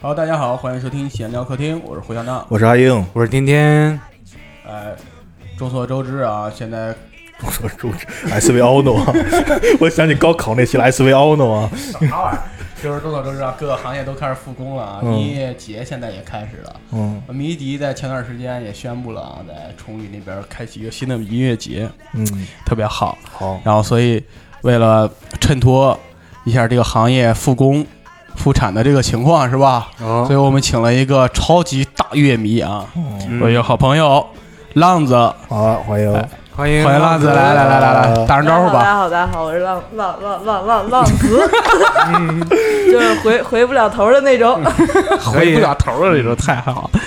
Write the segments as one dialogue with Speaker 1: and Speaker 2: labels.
Speaker 1: Hello，大家好，欢迎收听闲聊客厅，我是胡小闹。
Speaker 2: 我是阿英，
Speaker 3: 我是天天，
Speaker 1: 哎，众所周知啊，现在
Speaker 2: 我说住 SV Ono，啊我想起高考那期了 SV Ono 啊，
Speaker 1: 啥玩意儿？ 就是众所周知啊，各个行业都开始复工了啊，
Speaker 2: 嗯
Speaker 1: 音乐节现在也开始了。
Speaker 2: 嗯
Speaker 1: 迷笛在前段时间也宣布了啊，在崇礼那边开启一个新的音乐节，
Speaker 2: 嗯，
Speaker 1: 特别好。
Speaker 2: 好，
Speaker 1: 然后，所以为了衬托一下这个行业复工、复产的这个情况，是吧？所
Speaker 3: 哦，
Speaker 1: 以我们请了一个超级大乐迷啊，
Speaker 2: 嗯
Speaker 1: 我一个好朋友浪子，
Speaker 2: 好啊，欢迎，
Speaker 1: 哎
Speaker 3: 欢迎
Speaker 1: 欢迎浪子，来来来来来，打声招呼
Speaker 4: 大
Speaker 1: 吧。
Speaker 4: 家好，大家好，我是浪浪浪浪浪浪子， 就是回回不了头的那种。
Speaker 2: 嗯
Speaker 3: 可以
Speaker 1: 回不了头了，这种太好了。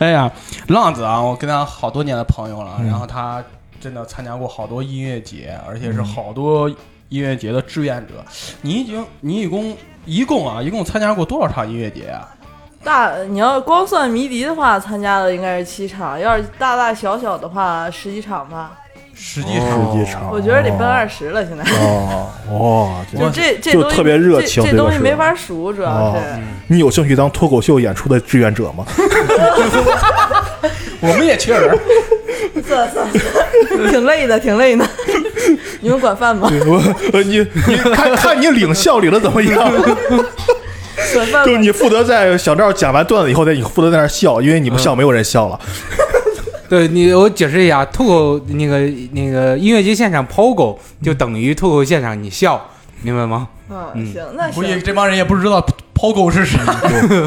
Speaker 1: 哎呀，浪子啊，我跟他好多年的朋友了，然后他真的参加过好多音乐节，而且是好多音乐节的志愿者。你已经，你一共一共啊，一共参加过多少场音乐节啊？
Speaker 4: 大，你要光算迷笛的话，参加的应该是七场；要是大大小小的话，十几场吧。
Speaker 1: 实际
Speaker 3: 际上
Speaker 1: 上，
Speaker 2: 世纪场，
Speaker 4: 我觉得得奔二
Speaker 2: 十，
Speaker 4: 十了，现在。
Speaker 2: 哦，哇，这
Speaker 4: 就这这
Speaker 2: 就
Speaker 4: 东西
Speaker 2: 特别热情
Speaker 4: 这
Speaker 2: 这个
Speaker 4: 这东西
Speaker 2: 是
Speaker 4: 没法数，主要是。
Speaker 2: 哦你有兴趣当脱口秀演出的志愿者吗？
Speaker 1: 我们也缺 人。
Speaker 4: 算算算，挺累的，挺累的。 你们管饭吗？
Speaker 2: 我你你看看你领校领的怎么样？
Speaker 4: 管饭
Speaker 2: 就是
Speaker 4: 吗？
Speaker 2: 你负责在小赵讲完段子以后，你负责在那儿笑，因为你不笑没有人笑 了。
Speaker 3: 对你，我解释一下，脱口那个那个音乐节现场抛狗就等于脱口现场你笑，明白吗？
Speaker 4: 嗯，
Speaker 3: 嗯
Speaker 4: 行，那
Speaker 1: 估计
Speaker 4: 行。
Speaker 1: 这帮人也不知道抛狗是啥。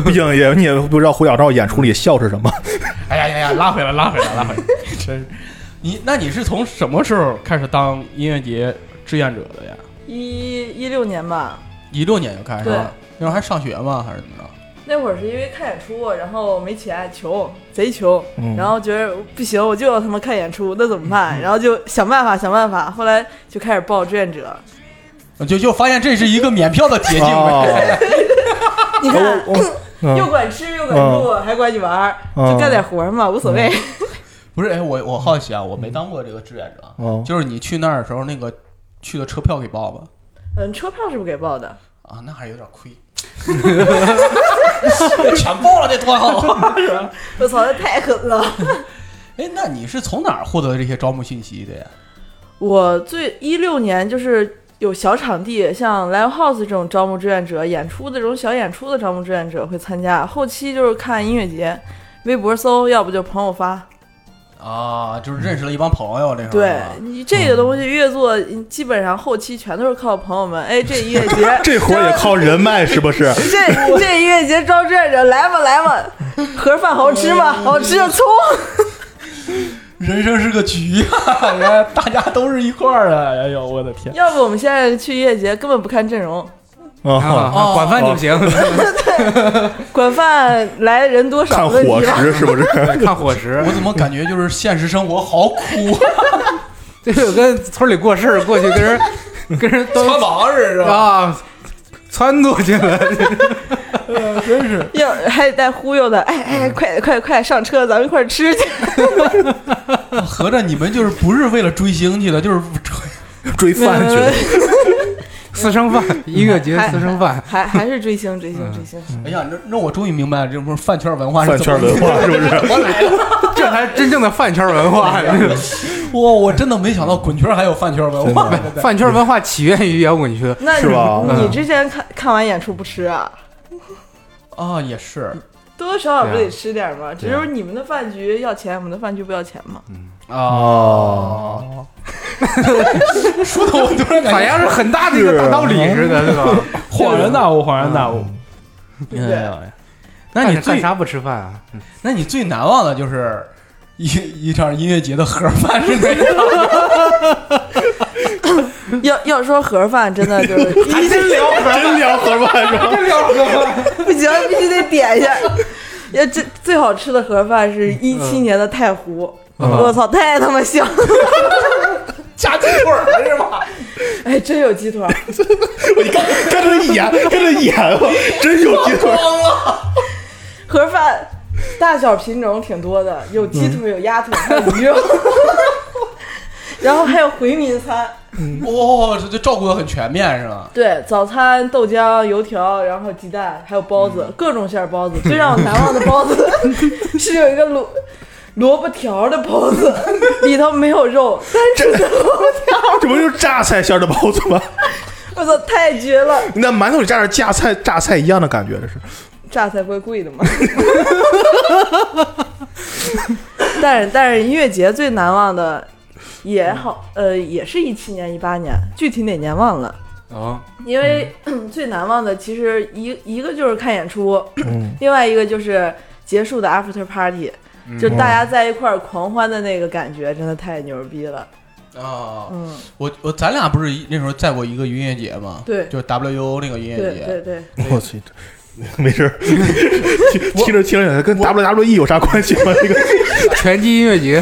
Speaker 2: 毕竟也你也不知道胡小赵演出里笑是什么。
Speaker 1: 哎呀呀呀，拉回来，拉回 来，拉回来，真是。你那你是从什么时候开始当音乐节志愿者的呀？
Speaker 4: 一一六年吧，
Speaker 1: 一六年就开始
Speaker 4: 对
Speaker 1: 了，那时候还上学吗？还是怎么着？
Speaker 4: 那会儿是因为看演出，然后没钱，穷，贼穷，
Speaker 2: 嗯
Speaker 4: 然后觉得不行，我就要他妈看演出，那怎么办？然后就想办法，想办法，后来就开始报志愿者。
Speaker 1: 就就发现这是一个免票的捷径，
Speaker 2: 哦
Speaker 4: 你看，
Speaker 2: 嗯
Speaker 4: 又管吃又管住，还管你玩儿，
Speaker 2: 嗯
Speaker 4: 就干点活儿嘛，无所谓。
Speaker 1: 不是？哎，我我好奇啊，我没当过这个志愿者，啊
Speaker 2: 哦
Speaker 1: 就是你去那儿的时候，那个去的车票给报吗？
Speaker 4: 嗯，车票是不给报的，
Speaker 1: 啊，那还有点亏， 全报了，这多好！
Speaker 4: 我操，那太狠了。
Speaker 1: 哎，那你是从哪儿获得这些招募信息的呀？
Speaker 4: 我最一六年就是有小场地，像 live house 这种招募志愿者，演出的这种小演出的招募志愿者会参加。后期就是看音乐节，微博搜，要不就朋友发。
Speaker 1: 啊，就是认识了一帮朋友，那时候
Speaker 4: 对
Speaker 1: 啊
Speaker 4: 你这个东西越做，基本上后期全都是靠朋友们。哎，这音乐
Speaker 2: ，
Speaker 4: 节
Speaker 2: 这活儿也靠人脉是不是？
Speaker 4: 这这音乐节招志愿者，来吧来吧，盒饭好吃吗？好吃就冲。
Speaker 1: 人生是个局呀， 大家都是一块儿的。哎呦，我的天！
Speaker 4: 要不我们现在去音乐节根本不看阵容，
Speaker 1: 哦
Speaker 2: 啊，
Speaker 3: 啊，管饭就行，
Speaker 4: 管饭来人多
Speaker 2: 看
Speaker 4: 少问
Speaker 2: 伙
Speaker 4: 题啊吧。
Speaker 2: 食是不是？
Speaker 3: 看伙食
Speaker 1: 我，怎么感觉就是现实生活好苦啊，
Speaker 3: 这就跟村里过事儿过去跟人跟人
Speaker 1: 穿
Speaker 3: 都
Speaker 1: 房似的是吧？
Speaker 3: 啊撺掇去了，
Speaker 1: 真是。
Speaker 4: 要还得带忽悠的，哎哎，快快快上车，咱们一块儿吃去。
Speaker 1: 合着你们就是不是为了追星去的，就是
Speaker 2: 追饭去了。
Speaker 3: 私生饭，音乐节
Speaker 4: 还
Speaker 3: 私 生饭，
Speaker 4: 还还是追星追星追星，
Speaker 1: 哎呀，那那我终于明白了，这不是饭圈文化是
Speaker 2: 饭
Speaker 1: 怎么
Speaker 2: 圈文化是不是？
Speaker 1: 怎么来的？
Speaker 3: 这才真正的饭圈 文化。
Speaker 1: 哇，我真的没想到滚圈还有饭圈文化。对对对
Speaker 3: 饭圈文化起源于摇滚区，
Speaker 4: 那
Speaker 2: 是吧
Speaker 4: 你
Speaker 3: 嗯
Speaker 4: 你之前看看完演出不吃啊？
Speaker 1: 啊，也是
Speaker 4: 多多少少不
Speaker 3: 对啊
Speaker 4: 得吃点儿吗？只是你们的饭局要钱，我们的饭局不要钱嘛。
Speaker 1: 啊，
Speaker 2: 啊
Speaker 1: 说的我突然
Speaker 3: 好
Speaker 1: 感
Speaker 3: 像是很大的一个大道理似的，是吧？
Speaker 1: 觉恍然大悟，恍然大悟。
Speaker 4: 对不对
Speaker 1: 哎呀那你
Speaker 3: 但是干
Speaker 1: 最
Speaker 3: 啥不吃饭啊？
Speaker 1: 那你最难忘的就是一一场音乐节的盒饭是哪场？
Speaker 4: 要要说盒饭，真的就是
Speaker 3: 还真聊
Speaker 2: 嗯 真聊盒饭是吧？
Speaker 3: 真聊哥，
Speaker 4: 不行，必须得点一下。要这最好吃的盒饭是一七年的太湖，
Speaker 3: 嗯
Speaker 4: 我操，太他妈香！
Speaker 1: 加鸡腿儿是吧？
Speaker 4: 哎，真有鸡腿儿，
Speaker 2: 你看，看这演，看这演 吧，真有劲儿。
Speaker 1: 慌了，
Speaker 4: 盒饭大小品种挺多的，有鸡腿，有鸭腿，还有鱼肉。 然后还有回民餐，
Speaker 1: 哦，这这照顾的很全面是吧？
Speaker 4: 对，早餐豆浆、油条，然后鸡蛋，还有包子，各种馅儿包子。最让我难忘的包子是有一个萝萝卜条儿的包子，里头没有肉，但是
Speaker 2: 这不就是榨菜馅儿的包子吗？
Speaker 4: 我操，太绝了！
Speaker 2: 那馒头里加点榨菜，榨菜一样的感觉，这是。
Speaker 4: 榨菜不会贵的吗？ 但是但是音乐节最难忘的也好，呃，也是一七年一八年，具体哪年忘了。
Speaker 3: 哦，
Speaker 4: 因为、 最难忘的其实一一个就是看演出，
Speaker 2: 嗯，
Speaker 4: 另外一个就是结束的 after party，、就大家在一块儿狂欢的那个感觉，真的太牛逼了。
Speaker 1: 啊，
Speaker 4: 嗯，
Speaker 1: 我我咱俩不是一那时候在过一个音乐节吗？
Speaker 4: 对
Speaker 1: 就是 WO 那个音乐
Speaker 4: 对
Speaker 1: 节。
Speaker 4: 对哎对，
Speaker 2: 我去， 没事 儿，听听着听着，跟 WWE 有啥关系吗？这个
Speaker 3: 拳击音乐节，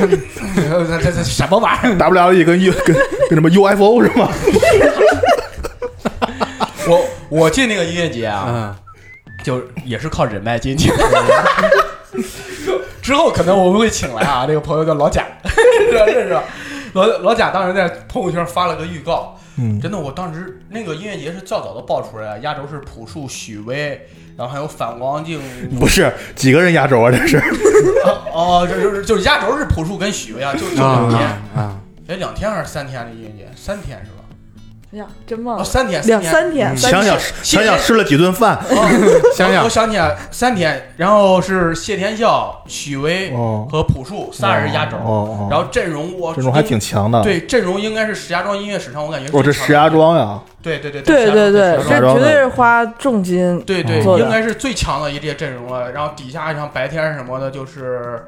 Speaker 1: 这这这 什么玩意儿？
Speaker 2: WWE E 跟 U 跟跟什么 UFO 是吗？
Speaker 1: 我我进那个音乐节啊，
Speaker 3: 嗯，
Speaker 1: 就也是靠人脉进去。 之后可能我们会请来啊，这个朋友叫老贾， 是吧？认识吧？老老贾当时在朋友圈发了个预告，
Speaker 2: 嗯，
Speaker 1: 真的，我当时那个音乐节是较早的爆出来，压轴是朴树、许巍，然后还有反光 镜，
Speaker 2: 不是几个人压轴啊，这是。
Speaker 1: 哦，就就是就是压轴是朴树跟许巍啊，就就两
Speaker 3: 啊
Speaker 1: 天，
Speaker 3: 啊，
Speaker 1: 哎，两天还是三天的音乐节？三天是吧？
Speaker 4: 哎呀，真忘
Speaker 1: 哦，
Speaker 4: 了，
Speaker 1: 三天，
Speaker 4: 两
Speaker 1: 天。
Speaker 4: 三天，
Speaker 2: 嗯
Speaker 4: 三
Speaker 2: 想想
Speaker 4: 天，
Speaker 2: 想想吃了几顿饭，
Speaker 1: 哦
Speaker 3: 想
Speaker 1: 我
Speaker 3: 想
Speaker 1: 想起来三天，然后是谢天笑、许巍
Speaker 2: 哦
Speaker 1: 和朴树仨人压轴，
Speaker 2: 哦哦
Speaker 1: 然后阵容我
Speaker 2: 这种还挺强的。，
Speaker 1: 对，阵容应该是石家庄音乐史上我感觉
Speaker 2: 我这
Speaker 1: 最强
Speaker 2: 石
Speaker 1: 的
Speaker 2: 家庄呀，
Speaker 1: 对对对
Speaker 4: 对对对，
Speaker 1: 石家庄石家庄
Speaker 2: 装
Speaker 4: 这绝
Speaker 2: 的
Speaker 4: 对是花重金。
Speaker 1: 对对
Speaker 2: 做，
Speaker 4: 的
Speaker 1: 应该是最强的一列阵容了。然后底下像白天什么的，就是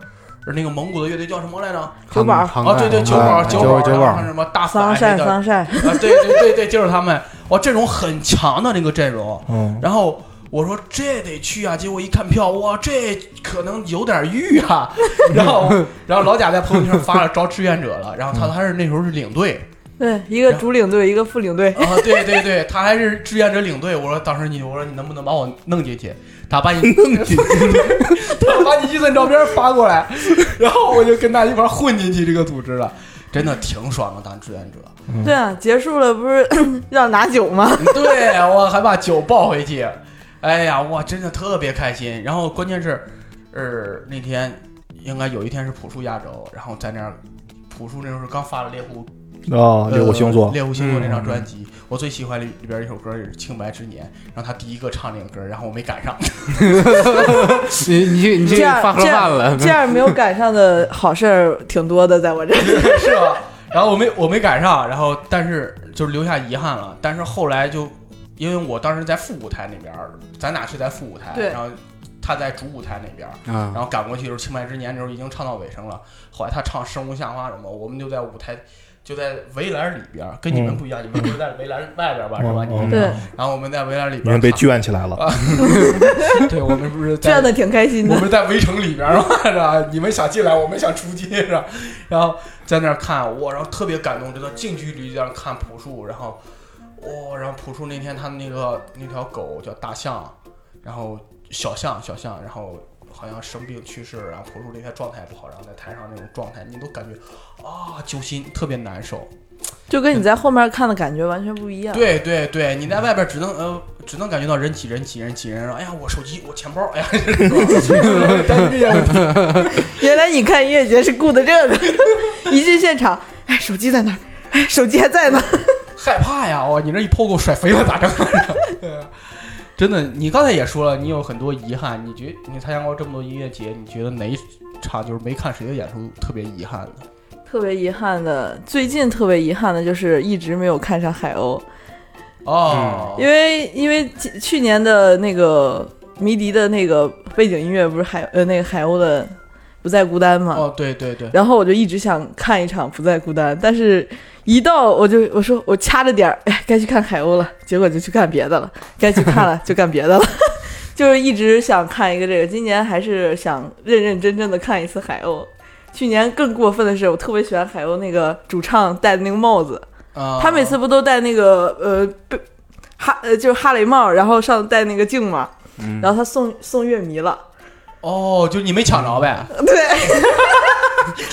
Speaker 1: 那个蒙古的乐队叫什么来着？
Speaker 4: 九宝
Speaker 3: 杭
Speaker 1: 啊，对对，九宝
Speaker 3: 杭
Speaker 1: 九
Speaker 3: 哦九
Speaker 1: 宝，
Speaker 3: 九
Speaker 1: 然后
Speaker 3: 宝，
Speaker 1: 什么大
Speaker 4: 桑
Speaker 1: 伞那
Speaker 4: 晒
Speaker 1: 个啊，
Speaker 4: 桑晒，
Speaker 1: 对对对对，就是他们。哇，阵容很强的那个阵容，
Speaker 2: 嗯，
Speaker 1: 然后我说这得去啊，结果一看票，哇，这可能有点欲 啊。然后，然后老贾在朋友圈发了招志愿者了，然后
Speaker 2: 嗯
Speaker 1: 他他是那时候是领队
Speaker 4: 对，一个主领队，一个副领队，
Speaker 1: 啊，对对对，他还是志愿者领队。我说当时你，我说你能不能把我弄进去？他把你弄进去， 他把你一份照片发过来，然后我就跟他一块儿混进去这个组织了。真的挺爽的，当志愿者。
Speaker 4: 对啊，结束了不是 要拿酒吗？
Speaker 1: 对我还把酒抱回去，哎呀，我真的特别开心。然后关键是，呃，那天应该有一天是朴树压轴，然后在那儿，朴树那时候刚发了猎户
Speaker 2: 哦，猎
Speaker 1: 呃
Speaker 2: 户星座，
Speaker 1: 猎户星座那张专辑，我最喜欢里里边一首歌是《清白之年》，然后他第一个唱那个歌，然后我没赶上。
Speaker 3: 你你去你
Speaker 4: 这
Speaker 3: 去
Speaker 4: 样
Speaker 3: 发盒
Speaker 4: 这
Speaker 3: 饭了
Speaker 4: 样，这样没有赶上的好事儿挺多的，在我这。
Speaker 1: 是吧？然后我没我没赶上，然后但是就是留下遗憾了。但是后来就因为我当时在副舞台那边儿，咱俩是在副舞台，
Speaker 4: 对
Speaker 1: 然后他在主舞台那边儿，
Speaker 3: 啊
Speaker 1: 然后赶过去的时候，《清白之年》的时候已经唱到尾声了。后来他唱《生如夏花》什么，我们就在舞台就在围栏里边儿，跟你们不一样，你们不在围栏外边儿吧，是吧？
Speaker 2: 嗯
Speaker 1: 你们
Speaker 2: 嗯
Speaker 4: 对，
Speaker 1: 然后我们在围栏里
Speaker 2: 你
Speaker 1: 边
Speaker 2: 们
Speaker 1: 儿
Speaker 2: 被
Speaker 1: 唱
Speaker 2: 圈起来了。
Speaker 1: 对我们不是在
Speaker 4: 转的挺开 心
Speaker 1: 我
Speaker 4: 的。
Speaker 1: 们在围城里边儿嘛，是吧？你们想进来，我们想出去，是吧？然后在那儿看我，然后特别感动，真的近距离这样看朴树，然后哇、然后朴树那天他那个那条狗叫大象，然后小象小象，然后好像生病去世，然后朴树那天状态不好，然后在台上那种状态，你都感觉啊揪心，特别难受。
Speaker 4: 就跟你在后面看的感觉完全不一样。
Speaker 1: 对对对，你在外边只能呃，只能感觉到人挤人挤人挤人，然后哎呀，我手机我钱包，哎呀，是吧但是这样
Speaker 4: 原来你看音乐节是顾的这个， 一进现场，哎，手机在哪儿？哎，手机还在呢。
Speaker 1: 害怕呀！哇，你这一抛给我甩飞了咋整？ 对啊真的，你刚才也说了，你有很多遗憾。你觉你参加过这么多音乐节，你觉得哪一场就是没看谁的演出特别遗憾的？
Speaker 4: 特别遗憾的，最近特别遗憾的就是一直没有看上海鸥，
Speaker 1: 哦，
Speaker 4: 因为因为去去年的那个迷笛的那个背景音乐不是海呃那个海鸥的《不再孤单》嘛，
Speaker 1: 哦，对对对，
Speaker 4: 然后我就一直想看一场《不再孤单》，但是一到我就我说我掐着点儿，哎，该去看海鸥了，结果就去干别的了，该去看了就干别的了， 就是一直想看一个这个，今年还是想认认真真的看一次海鸥。去年更过分的是，我特别喜欢海鸥那个主唱戴的那个帽子，
Speaker 1: 啊、
Speaker 4: 他每次不都戴那个呃被哈呃就是哈雷帽，然后上头戴那个镜嘛，然后他送送乐迷了，嗯
Speaker 1: 哦，就你没抢着呗？
Speaker 4: 对，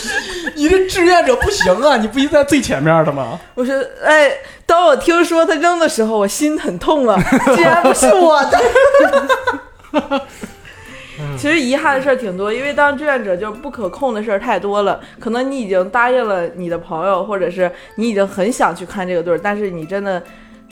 Speaker 1: 你这志愿者不行啊！你不一在最前面的吗？
Speaker 4: 我说，哎，当我听说他扔的时候，我心很痛啊，竟然不是我的。其实遗憾的事儿挺多，因为当志愿者就是不可控的事儿太多了。可能你已经答应了你的朋友，或者是你已经很想去看这个队儿，但是你真的，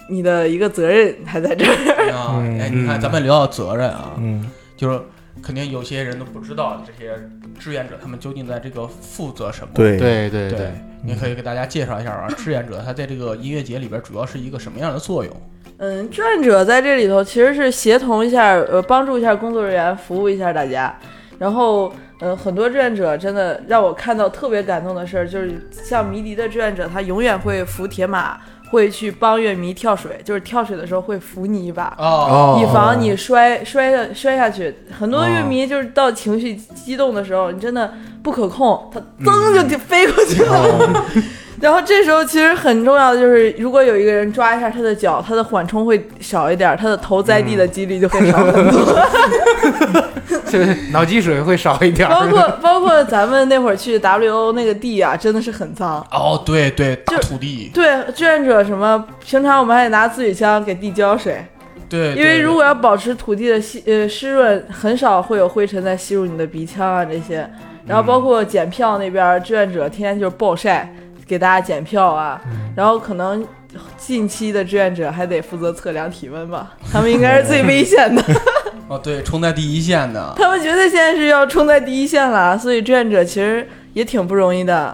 Speaker 4: 你的一个责任还在这儿。
Speaker 1: 啊，
Speaker 2: 嗯
Speaker 1: 哎，你看，咱们聊到责任啊，
Speaker 2: 嗯
Speaker 1: 就是肯定有些人都不知道这些志愿者他们究竟在这个负责什么。
Speaker 2: 对
Speaker 3: 对对
Speaker 1: 对，你可以给大家介绍一下啊，志愿者他在这个音乐节里边主要是一个什么样的作用？
Speaker 4: 嗯，志愿者在这里头其实是协同一下，呃，帮助一下工作人员，服务一下大家。然后，嗯、很多志愿者真的让我看到特别感动的事儿，就是像迷笛的志愿者，他永远会扶铁马，会去帮乐迷跳水，就是跳水的时候会扶你一把，
Speaker 1: 哦，
Speaker 4: 以防你摔摔下摔下去。很多乐迷就是到情绪激动的时候，你真的不可控，他
Speaker 1: 嗯
Speaker 4: 噌就飞过去了。
Speaker 3: 哦
Speaker 4: 然后这时候其实很重要的就是，如果有一个人抓一下他的脚，他的缓冲会少一点，他的头栽地的几率就会少很多。
Speaker 3: 就是脑积水会少一点儿。
Speaker 4: 包括包括咱们那会儿去 WO 那个地啊，真的是很脏。
Speaker 1: 哦，对对，大
Speaker 4: 就
Speaker 1: 土地，
Speaker 4: 对志愿者什么，平常我们还得拿自己枪给地浇水，
Speaker 1: 对，
Speaker 4: 因为
Speaker 1: 对
Speaker 4: 如果要保持土地的吸呃湿润，很少会有灰尘再吸入你的鼻腔啊这些。然后包括检票那边儿，志愿者天天就是暴晒，给大家检票啊。
Speaker 1: 嗯
Speaker 4: 然后可能近期的志愿者还得负责测量体温吧，他们应该是最危险的。
Speaker 1: 哦对，冲在第一线的，
Speaker 4: 他们绝对现在是要冲在第一线了，所以志愿者其实也挺不容易的。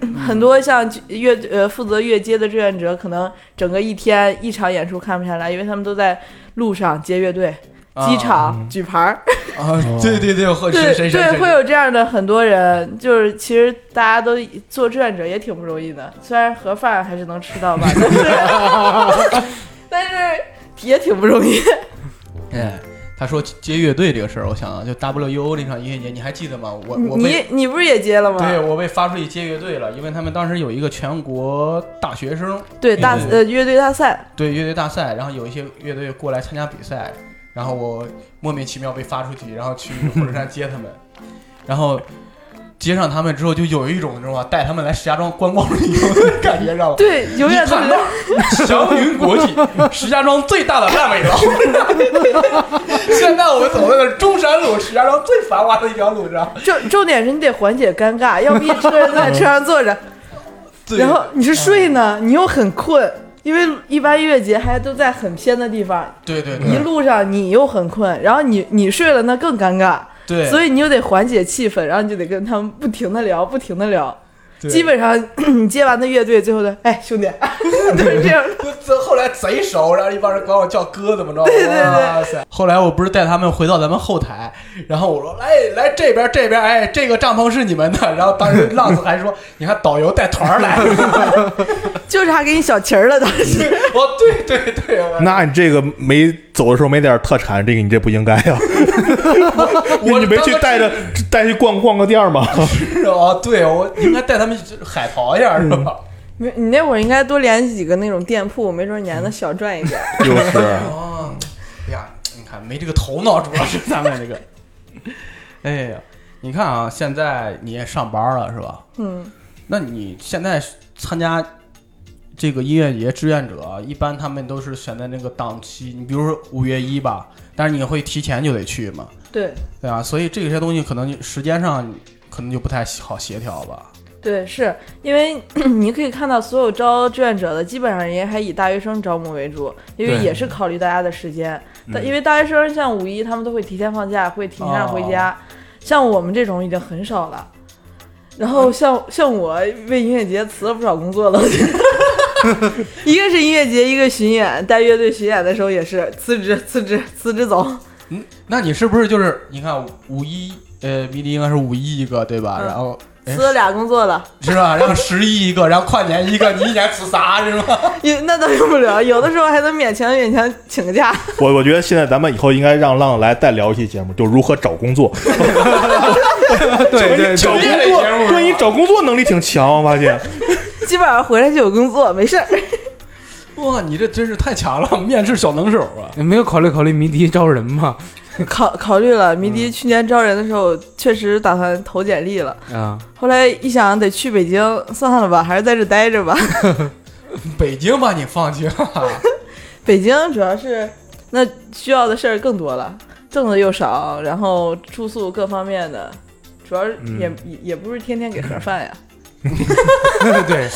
Speaker 1: 嗯
Speaker 4: 很多像乐呃负责乐街的志愿者，可能整个一天一场演出看不下来，因为他们都在路上接乐队、机场举牌儿。
Speaker 1: 啊，啊对对对，会
Speaker 4: 对
Speaker 1: 是啊嗯谁谁
Speaker 4: 对，
Speaker 1: 谁
Speaker 4: 会有这样的很多人，就是其实大家都做志愿者也挺不容易的，虽然盒饭还是能吃到吧，但是 但是也挺不容易。
Speaker 1: 哎，他说接乐队这个事儿，我想啊，就 WUO 那场音乐节，你还记得吗？ 我我被
Speaker 4: 你你不是也接了吗？
Speaker 1: 对我被发出去接乐队了，因为他们当时有一个全国大学生
Speaker 4: 对大
Speaker 1: 对嗯
Speaker 4: 呃乐队大赛，
Speaker 1: 对乐队大赛，然后有一些乐队过来参加比赛，然后我莫名其妙被发出去，然后去火车站接他们，然后。接上他们之后，就有一种你知道吗？带他们来石家庄观光旅游的感觉，知道吗？
Speaker 4: 对永远
Speaker 1: 一
Speaker 4: 都
Speaker 1: 哦看
Speaker 4: 是
Speaker 1: 那儿祥云国际，石家庄最大的烂尾楼。 现在我们走的是中山路，石家庄最繁华的一条路上。
Speaker 4: 重重点是你得缓解尴尬，要不 一车人在车上坐着，
Speaker 1: 嗯对
Speaker 4: 然后你是睡呢，你又很困，因为一般音乐节还都在很偏的地方，
Speaker 1: 对对
Speaker 4: 一
Speaker 1: 对
Speaker 4: 路上你又很困，然后你你睡了那更尴尬，
Speaker 1: 对，
Speaker 4: 所
Speaker 1: 以
Speaker 4: 以你又得缓解气氛，然后你就得跟他们不停的聊，不停的聊。基本上 你接完的乐队，最后的哎兄弟， 都是这样。
Speaker 1: 这后来贼熟，然后一帮人管我叫哥，怎么着？对对对，哇塞！后来我不是带他们回到咱们后台，然后我说来来这边这边，哎，这个帐篷是你们的。然后当时浪子还说，你看导游带团儿来，
Speaker 4: 就差给你小旗儿了，当 时。
Speaker 1: 哦， 对对对，我
Speaker 2: 那你这个没走的时候没点特产，这个你这不应该呀、
Speaker 1: 我
Speaker 2: 你没去带着带去逛逛个 店儿吗？
Speaker 1: 哦，对我应该带他们去海淘一下是吧？
Speaker 4: 没你那会儿应该多联系几个那种店铺，没准你还能小赚一点。
Speaker 2: 就是
Speaker 1: 哦，哎呀，你看没这个头脑，主要是咱们这个。 哎呀，你看啊，现在你也上班了是吧？
Speaker 4: 嗯，
Speaker 1: 那你现在参加这个音乐节志愿者，一般他们都是选在那个档期，你比如说五月一吧，但是你会提前就得去嘛，
Speaker 4: 对
Speaker 1: 对吧？所以这些东西可能时间上可能就不太好协调吧。
Speaker 4: 对，是因为 你可以看到所有招志愿者的，基本上人家还以大学生招募为主，因为
Speaker 3: 对
Speaker 4: 也是考虑大家的时间。
Speaker 1: 嗯
Speaker 4: 但因为大学生像五一他们都会提前放假，会提前回家，
Speaker 1: 哦
Speaker 4: 像我们这种已经很少了。
Speaker 1: 嗯
Speaker 4: 然后像像我为音乐节辞了不少工作了， 一个是音乐节，一个巡演，带乐队巡演的时候也是辞职辞职辞职走。
Speaker 1: 嗯，那你是不是就是你看五一呃，迷笛应该是五一一个对吧？
Speaker 4: 嗯
Speaker 1: 然后哎
Speaker 4: 辞了俩工作了，
Speaker 1: 是吧？然后十一一个，然后跨年一个，你一年吃啥是吗？
Speaker 4: 也那倒用不了，有的时候还能勉强勉强请个假。
Speaker 2: 我我觉得现在咱们以后应该让浪来再聊一期节目，就如何找 工作。
Speaker 3: 对对
Speaker 2: 找工
Speaker 3: 对，
Speaker 1: 这类节
Speaker 2: 作
Speaker 1: 目，是吧
Speaker 2: 对你找工作能力挺强，我发现。
Speaker 4: 基本上回来就有工作，没事儿。
Speaker 1: 哇，你这真是太强了，面试小能手啊！
Speaker 3: 没有考虑考虑迷笛招人吗？
Speaker 4: 考考虑了。迷笛去年招人的时候，确实打算投简历了，
Speaker 3: 啊，
Speaker 4: 后来一想得去北京，算了吧，还是在这待着吧。
Speaker 1: 北京把你放弃了，
Speaker 4: 北京主要是那需要的事儿更多了，挣的又少，然后住宿各方面的，主要是也、也也不是天天给盒饭呀。
Speaker 3: 对，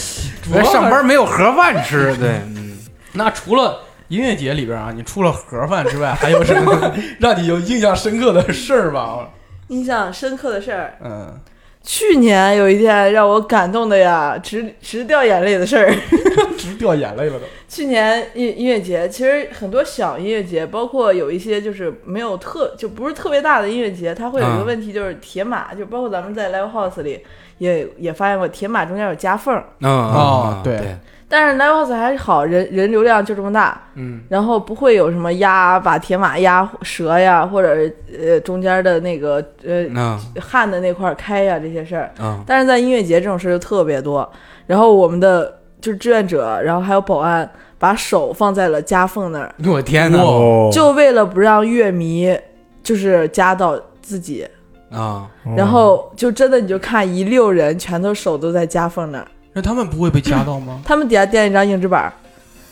Speaker 3: 主要上班没有盒饭吃，对，嗯，
Speaker 1: 那除了音乐节里边啊，你除了盒饭之外，还有什 么让你有印象深刻的事儿吧？
Speaker 4: 印象深刻的事儿，
Speaker 1: 嗯，
Speaker 4: 去年有一件让我感动的呀，直直掉眼泪的事儿。
Speaker 1: 直掉眼泪了都。
Speaker 4: 去年音音乐节，其实很多小音乐节，包括有一些就是没有特就不是特别大的音乐节，它会有一个
Speaker 3: 嗯
Speaker 4: 问题，就是铁马，就包括咱们在 live house 里也也发现过，铁马中间有夹缝儿，
Speaker 3: 啊
Speaker 1: 哦
Speaker 3: 啊
Speaker 1: 对
Speaker 3: 对，
Speaker 4: 但是 live house 还好，人人流量就这么大，
Speaker 3: 嗯，
Speaker 4: 然后不会有什么压把铁马压折呀，或者呃中间的那个呃
Speaker 3: 啊
Speaker 4: 焊的那块儿开呀这些事儿，
Speaker 3: 啊
Speaker 4: 但是在音乐节这种事就特别多。然后我们的就是志愿者，然后还有保安，把手放在了夹缝那儿，
Speaker 3: 我天哪，
Speaker 2: 哦，
Speaker 4: 就为了不让乐迷就是夹到自己。
Speaker 3: 啊，
Speaker 2: 哦
Speaker 4: 然后就真的你就看一溜人全都手都在夹缝那儿，
Speaker 1: 那他们不会被夹到吗？
Speaker 4: 他们底下垫一张硬纸板儿，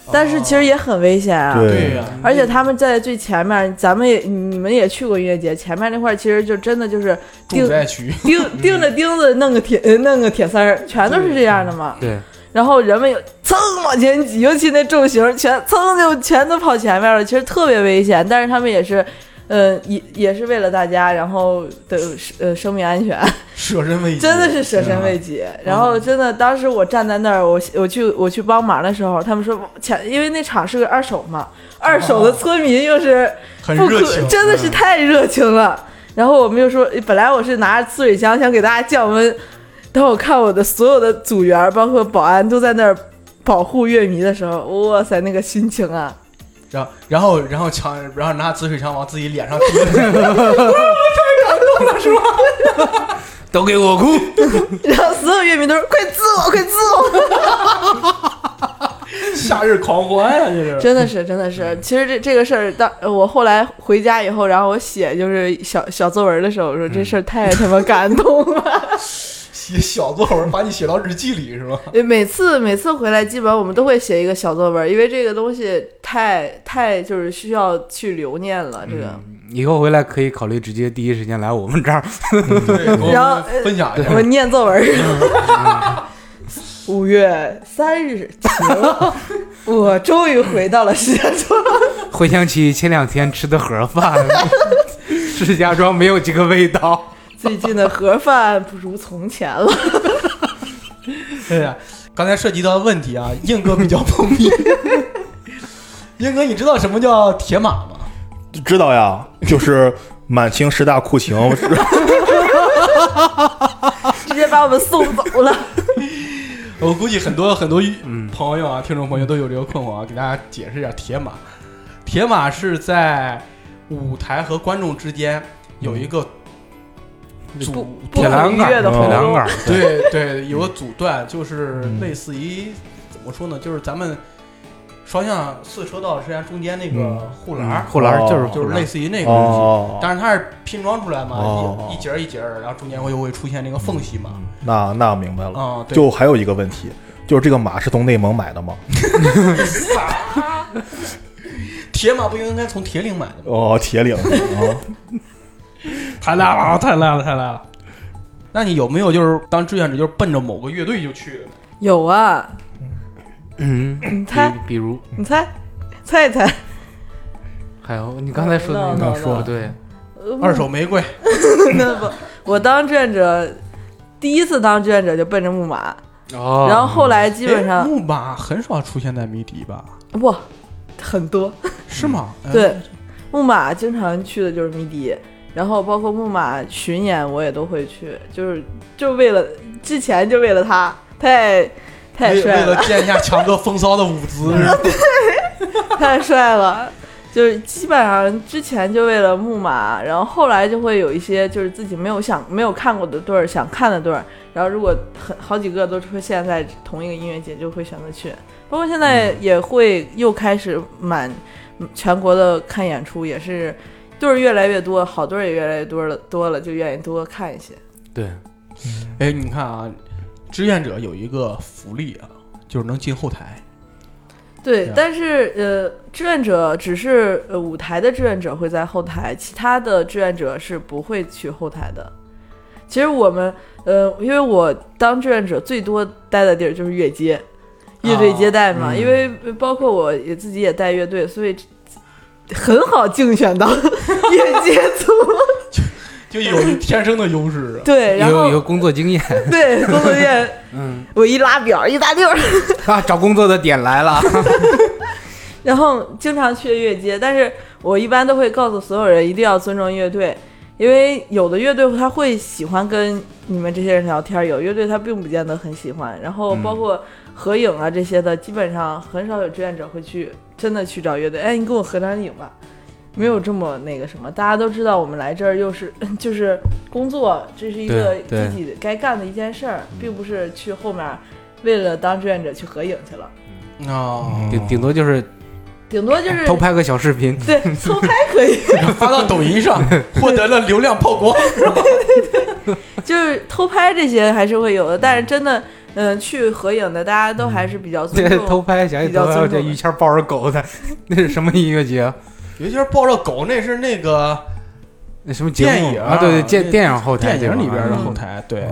Speaker 2: 哦
Speaker 4: 但是其实也很危险啊。
Speaker 1: 对呀、
Speaker 4: 而且他们在最前面，咱们也你们也去过音乐节，前面那块儿其实就真的就是
Speaker 1: 重
Speaker 4: 钉
Speaker 1: 灾区，
Speaker 4: 钉钉着钉子弄个铁呃弄个铁丝儿，全都是这样的嘛。
Speaker 3: 对，
Speaker 4: 然后人们也蹭往前挤，尤其那重型全蹭就全都跑前面了，其实特别危险。但是他们也是，呃，也也是为了大家，然后的呃生命安全，
Speaker 1: 舍身为己，
Speaker 4: 真的是舍身为己。然后真的，当时我站在那儿，我我去我去帮忙的时候，他们说前，因为那场是个二手嘛，二手的村民又是。
Speaker 1: 很
Speaker 4: 不
Speaker 1: 热
Speaker 4: 可
Speaker 1: 情，嗯
Speaker 4: 真的是太热情了。然后我们就说，本来我是拿着呲水枪想给大家降温，当我看我的所有的组员，包括保安都在那儿保护乐迷的时候，哇塞，那个心情啊！
Speaker 1: 然后然后然后枪，然后拿紫水枪往自己脸上 滴，
Speaker 3: 都给我哭，
Speaker 4: 然后所有乐迷都说：“快自我，快自我
Speaker 1: 夏日狂欢呀、这！”是。
Speaker 4: 真的是，真的
Speaker 1: 嗯
Speaker 4: 是。其实这这个事儿，当我后来回家以后，然后我写就是小小作文的时候，我说
Speaker 1: 嗯
Speaker 4: 这事儿太他妈感动了。
Speaker 1: 写小作文，把你写到日记里是吧？
Speaker 4: 呃每次每次回来，基本上我们都会写一个小作文，因为这个东西太太就是需要去留念了。这个、
Speaker 3: 以后回来可以考虑直接第一时间来我们这儿，
Speaker 1: 对，给
Speaker 4: 然
Speaker 1: 我
Speaker 4: 后呃
Speaker 1: 们分享一下。
Speaker 4: 我念作文。 五月三日 晴，我终于回到了石家庄。
Speaker 3: 回想起前两天吃的 盒饭，石家庄没有这个味道。
Speaker 4: 最近的盒饭不如从前了。
Speaker 1: 对呀，刚才涉及到的问题啊，硬哥比较懵逼。 硬哥，你知道什么叫铁马吗？
Speaker 2: 嗯知道呀，就是满清十大酷刑，是
Speaker 4: 直接把我们送走了。
Speaker 1: 我估计很多很多
Speaker 2: 嗯
Speaker 1: 朋友啊，听众朋友都有这个困惑啊，给大家解释一下铁马。铁马是在舞台和观众之间有
Speaker 2: 嗯
Speaker 1: 一个
Speaker 4: 不
Speaker 1: 阻
Speaker 4: 不
Speaker 3: 铁栏杆
Speaker 4: 可逾越
Speaker 3: 儿，
Speaker 4: 的
Speaker 2: 红
Speaker 3: 铁栏
Speaker 4: 沟
Speaker 3: 杆儿，
Speaker 1: 对对，有个
Speaker 2: 嗯
Speaker 1: 阻断，就是类似于怎么说呢，就是咱们双向四车道之间中间那个
Speaker 2: 嗯
Speaker 1: 护栏儿，
Speaker 3: 护栏儿就是
Speaker 1: 就是类似于那个东西。
Speaker 2: 哦，
Speaker 1: 但是它是拼装出来嘛，
Speaker 2: 哦
Speaker 1: 一一节儿一节儿，然后中间会会出现那个缝隙嘛。
Speaker 2: 那那明白了。
Speaker 1: 啊、对，
Speaker 2: 就还有一个问题，就是这个马是从内蒙买的吗？
Speaker 1: 铁马不应该从铁岭买的吗？
Speaker 2: 哦，铁岭啊，
Speaker 1: 太烂了，太烂了，太烂了。那你有没有就是当志愿者，就是奔着某个乐队就去的？
Speaker 4: 有啊，
Speaker 3: 嗯，
Speaker 4: 你
Speaker 3: 比
Speaker 4: 猜，
Speaker 3: 比如
Speaker 4: 你猜，猜一猜。
Speaker 3: 还有你刚才说的那
Speaker 4: 那
Speaker 3: 个，
Speaker 4: 说
Speaker 3: 不对，
Speaker 4: 呃
Speaker 1: 二手玫瑰，
Speaker 4: 那不，我当志愿者，第一次当志愿者就奔着木马，
Speaker 3: 哦，
Speaker 4: 然后后来基本
Speaker 1: 哎
Speaker 4: 上
Speaker 1: 木马很少出现在迷笛吧？
Speaker 4: 哇，很多。
Speaker 1: 是吗？哎
Speaker 4: 嗯对，木马经常去的就是迷笛，然后包括木马巡演我也都会去，就是就为了之前就为了他，太太
Speaker 1: 为
Speaker 4: 帅
Speaker 1: 为
Speaker 4: 了，
Speaker 1: 了见一下强哥风骚的舞 姿，是吧
Speaker 4: 太帅了。就是基本上之前就为了木马，然后后来就会有一些就是自己没有想没有看过的队儿，想看的队儿，然后如果很好几个都出现在同一个音乐节，就会选择去。包括现在也会又开始满全国的看演出，也是对儿越来越多，好队儿也越来越多了，多了就愿意多看一些。
Speaker 3: 对，
Speaker 1: 哎，你看啊，志愿者有一个福利啊，就是能进后台。
Speaker 4: 对，
Speaker 1: 对啊
Speaker 4: 但是呃，志愿者只是呃舞台的志愿者会在后台，其他的志愿者是不会去后台的。其实我们呃，因为我当志愿者最多待的地儿就是乐街，乐队接待嘛，
Speaker 3: 嗯
Speaker 4: 因为包括我也自己也带乐队，所以很好竞 选到乐街组。。
Speaker 1: 就有一天生的优势啊
Speaker 4: 对，然
Speaker 3: 有有
Speaker 4: 后
Speaker 3: 工作经验，
Speaker 4: 对工作院，
Speaker 3: 嗯
Speaker 4: 我一拉表一大溜儿。
Speaker 3: 啊，找工作的点来了，
Speaker 1: 嗯
Speaker 4: 然后经常去乐街，但是我一般都会告诉所有人一定要尊重乐队，因为有的乐队他会喜欢跟你们这些人聊天，有乐队他并不见得很喜欢。然后
Speaker 3: 嗯
Speaker 4: 包括合影啊这些的，基本上很少有志愿者会去真的去找乐队，哎，你跟我合张影吧。没有这么那个什么，大家都知道我们来这儿又是 就是工作，这是一个
Speaker 3: 对对
Speaker 4: 自己该干的一件事儿，并不是去后面为了当志愿者去合影去了，
Speaker 1: 哦
Speaker 3: 顶顶多就是
Speaker 4: 顶多就是
Speaker 3: 偷拍个小视 频，
Speaker 4: 对偷拍可 以。
Speaker 1: 发到抖音 上，获得了流量曝光。
Speaker 4: 就是偷拍这些还是会有的，但是真的，嗯、去合影的大家都还是比较尊
Speaker 3: 这
Speaker 4: 重。
Speaker 3: 偷拍想起
Speaker 4: 比较
Speaker 3: 偷拍
Speaker 4: 尊重
Speaker 3: 这于谦抱着狗的， 那是什么音乐节？啊
Speaker 1: 尤其是抱着狗，那是那个
Speaker 3: 那什么节目
Speaker 1: 电影
Speaker 3: 啊？对对，
Speaker 1: 那
Speaker 3: 电电影后台，
Speaker 1: 电影里边的
Speaker 3: 嗯
Speaker 1: 后台。对，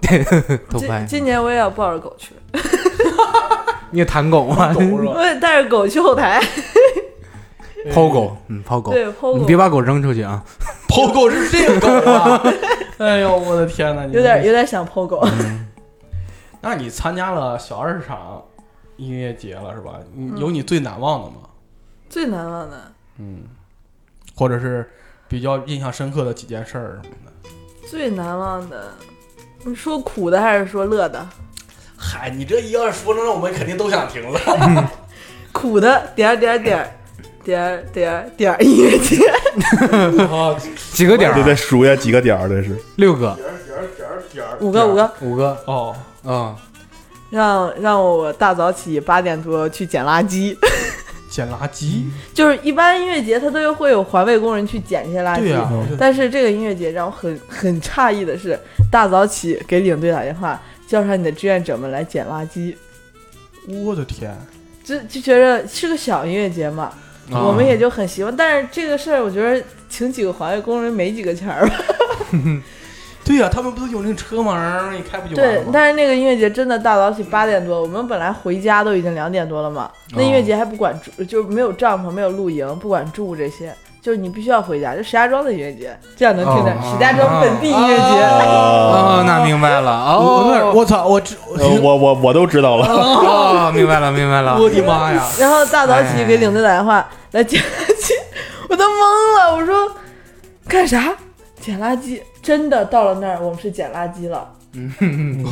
Speaker 3: 偷
Speaker 4: 今
Speaker 3: 拍，
Speaker 4: 今年我也要抱着 狗去，
Speaker 3: 你有弹狗 吗
Speaker 1: 狗？是吧？
Speaker 4: 我也带着狗去后台，
Speaker 3: 抛狗，嗯，抛狗，
Speaker 4: 对，抛
Speaker 3: 你
Speaker 4: 狗
Speaker 3: 别，把狗扔出去啊！
Speaker 1: 哎抛狗是这个狗 啊！哎呦，我的天哪！你
Speaker 4: 有
Speaker 3: 嗯
Speaker 4: 点有点想抛狗。
Speaker 1: 那你参加了小二十场音乐节了是吧？
Speaker 3: 嗯
Speaker 1: 你有你最难忘的吗？
Speaker 4: 最难忘的，
Speaker 1: 嗯，或者是比较印象深刻的几件事儿什么的？
Speaker 4: 最难忘的，你说苦的还是说乐的？
Speaker 1: 嗨，你这一要是说了，那我们肯定都想听了。
Speaker 4: 苦的点儿点儿点儿点儿点儿点儿音乐 节，
Speaker 1: 啊，
Speaker 3: 几个点
Speaker 2: 得
Speaker 3: 儿？
Speaker 2: 得数一下几个点儿，这是
Speaker 3: 六个，
Speaker 4: 五个五个，
Speaker 3: 五个，
Speaker 1: 哦，
Speaker 3: 嗯，
Speaker 4: 让让我大早起八点多去捡垃圾。
Speaker 1: 捡垃圾，
Speaker 4: 就是一般音乐节，它都会有环卫工人去捡这些
Speaker 3: 嗯
Speaker 4: 垃圾。
Speaker 3: 啊
Speaker 1: 对呀，
Speaker 4: 但是这个音乐节让我很 很诧异的是，大早起给领队打电话，叫上你的志愿者们来捡垃圾，
Speaker 1: 我的天，
Speaker 4: 就就觉着是个小音乐节嘛，
Speaker 3: 啊
Speaker 4: 我们也就很习惯。但是这个事儿，我觉得请几个环卫工人没几个钱儿吧。
Speaker 1: 对呀，他们不都有那车吗？你开不就完
Speaker 4: 对
Speaker 1: 了，吗？
Speaker 4: 但是那个音乐节真的大早起八点多，我们本来回家都已经两点多了嘛。那
Speaker 3: 哦
Speaker 4: 音乐节还不管住，就没有帐篷，没有露营，不管住这些。就是你必须要回家，就石家庄的音乐节，这样能听点。
Speaker 3: 哦
Speaker 4: 石家庄本地音乐节，
Speaker 2: 啊
Speaker 3: 哦，那明白了，
Speaker 1: 我
Speaker 3: 哦，
Speaker 1: 我操，我这
Speaker 2: 呃我我我都知道了，
Speaker 3: 哦，明白了，明白了，
Speaker 1: 我的妈呀！
Speaker 4: 然后大早起
Speaker 2: 哎
Speaker 4: 给领队打电话来捡垃圾，我都懵了，我说干啥？捡垃圾？真的到了那儿，我们是捡垃圾了，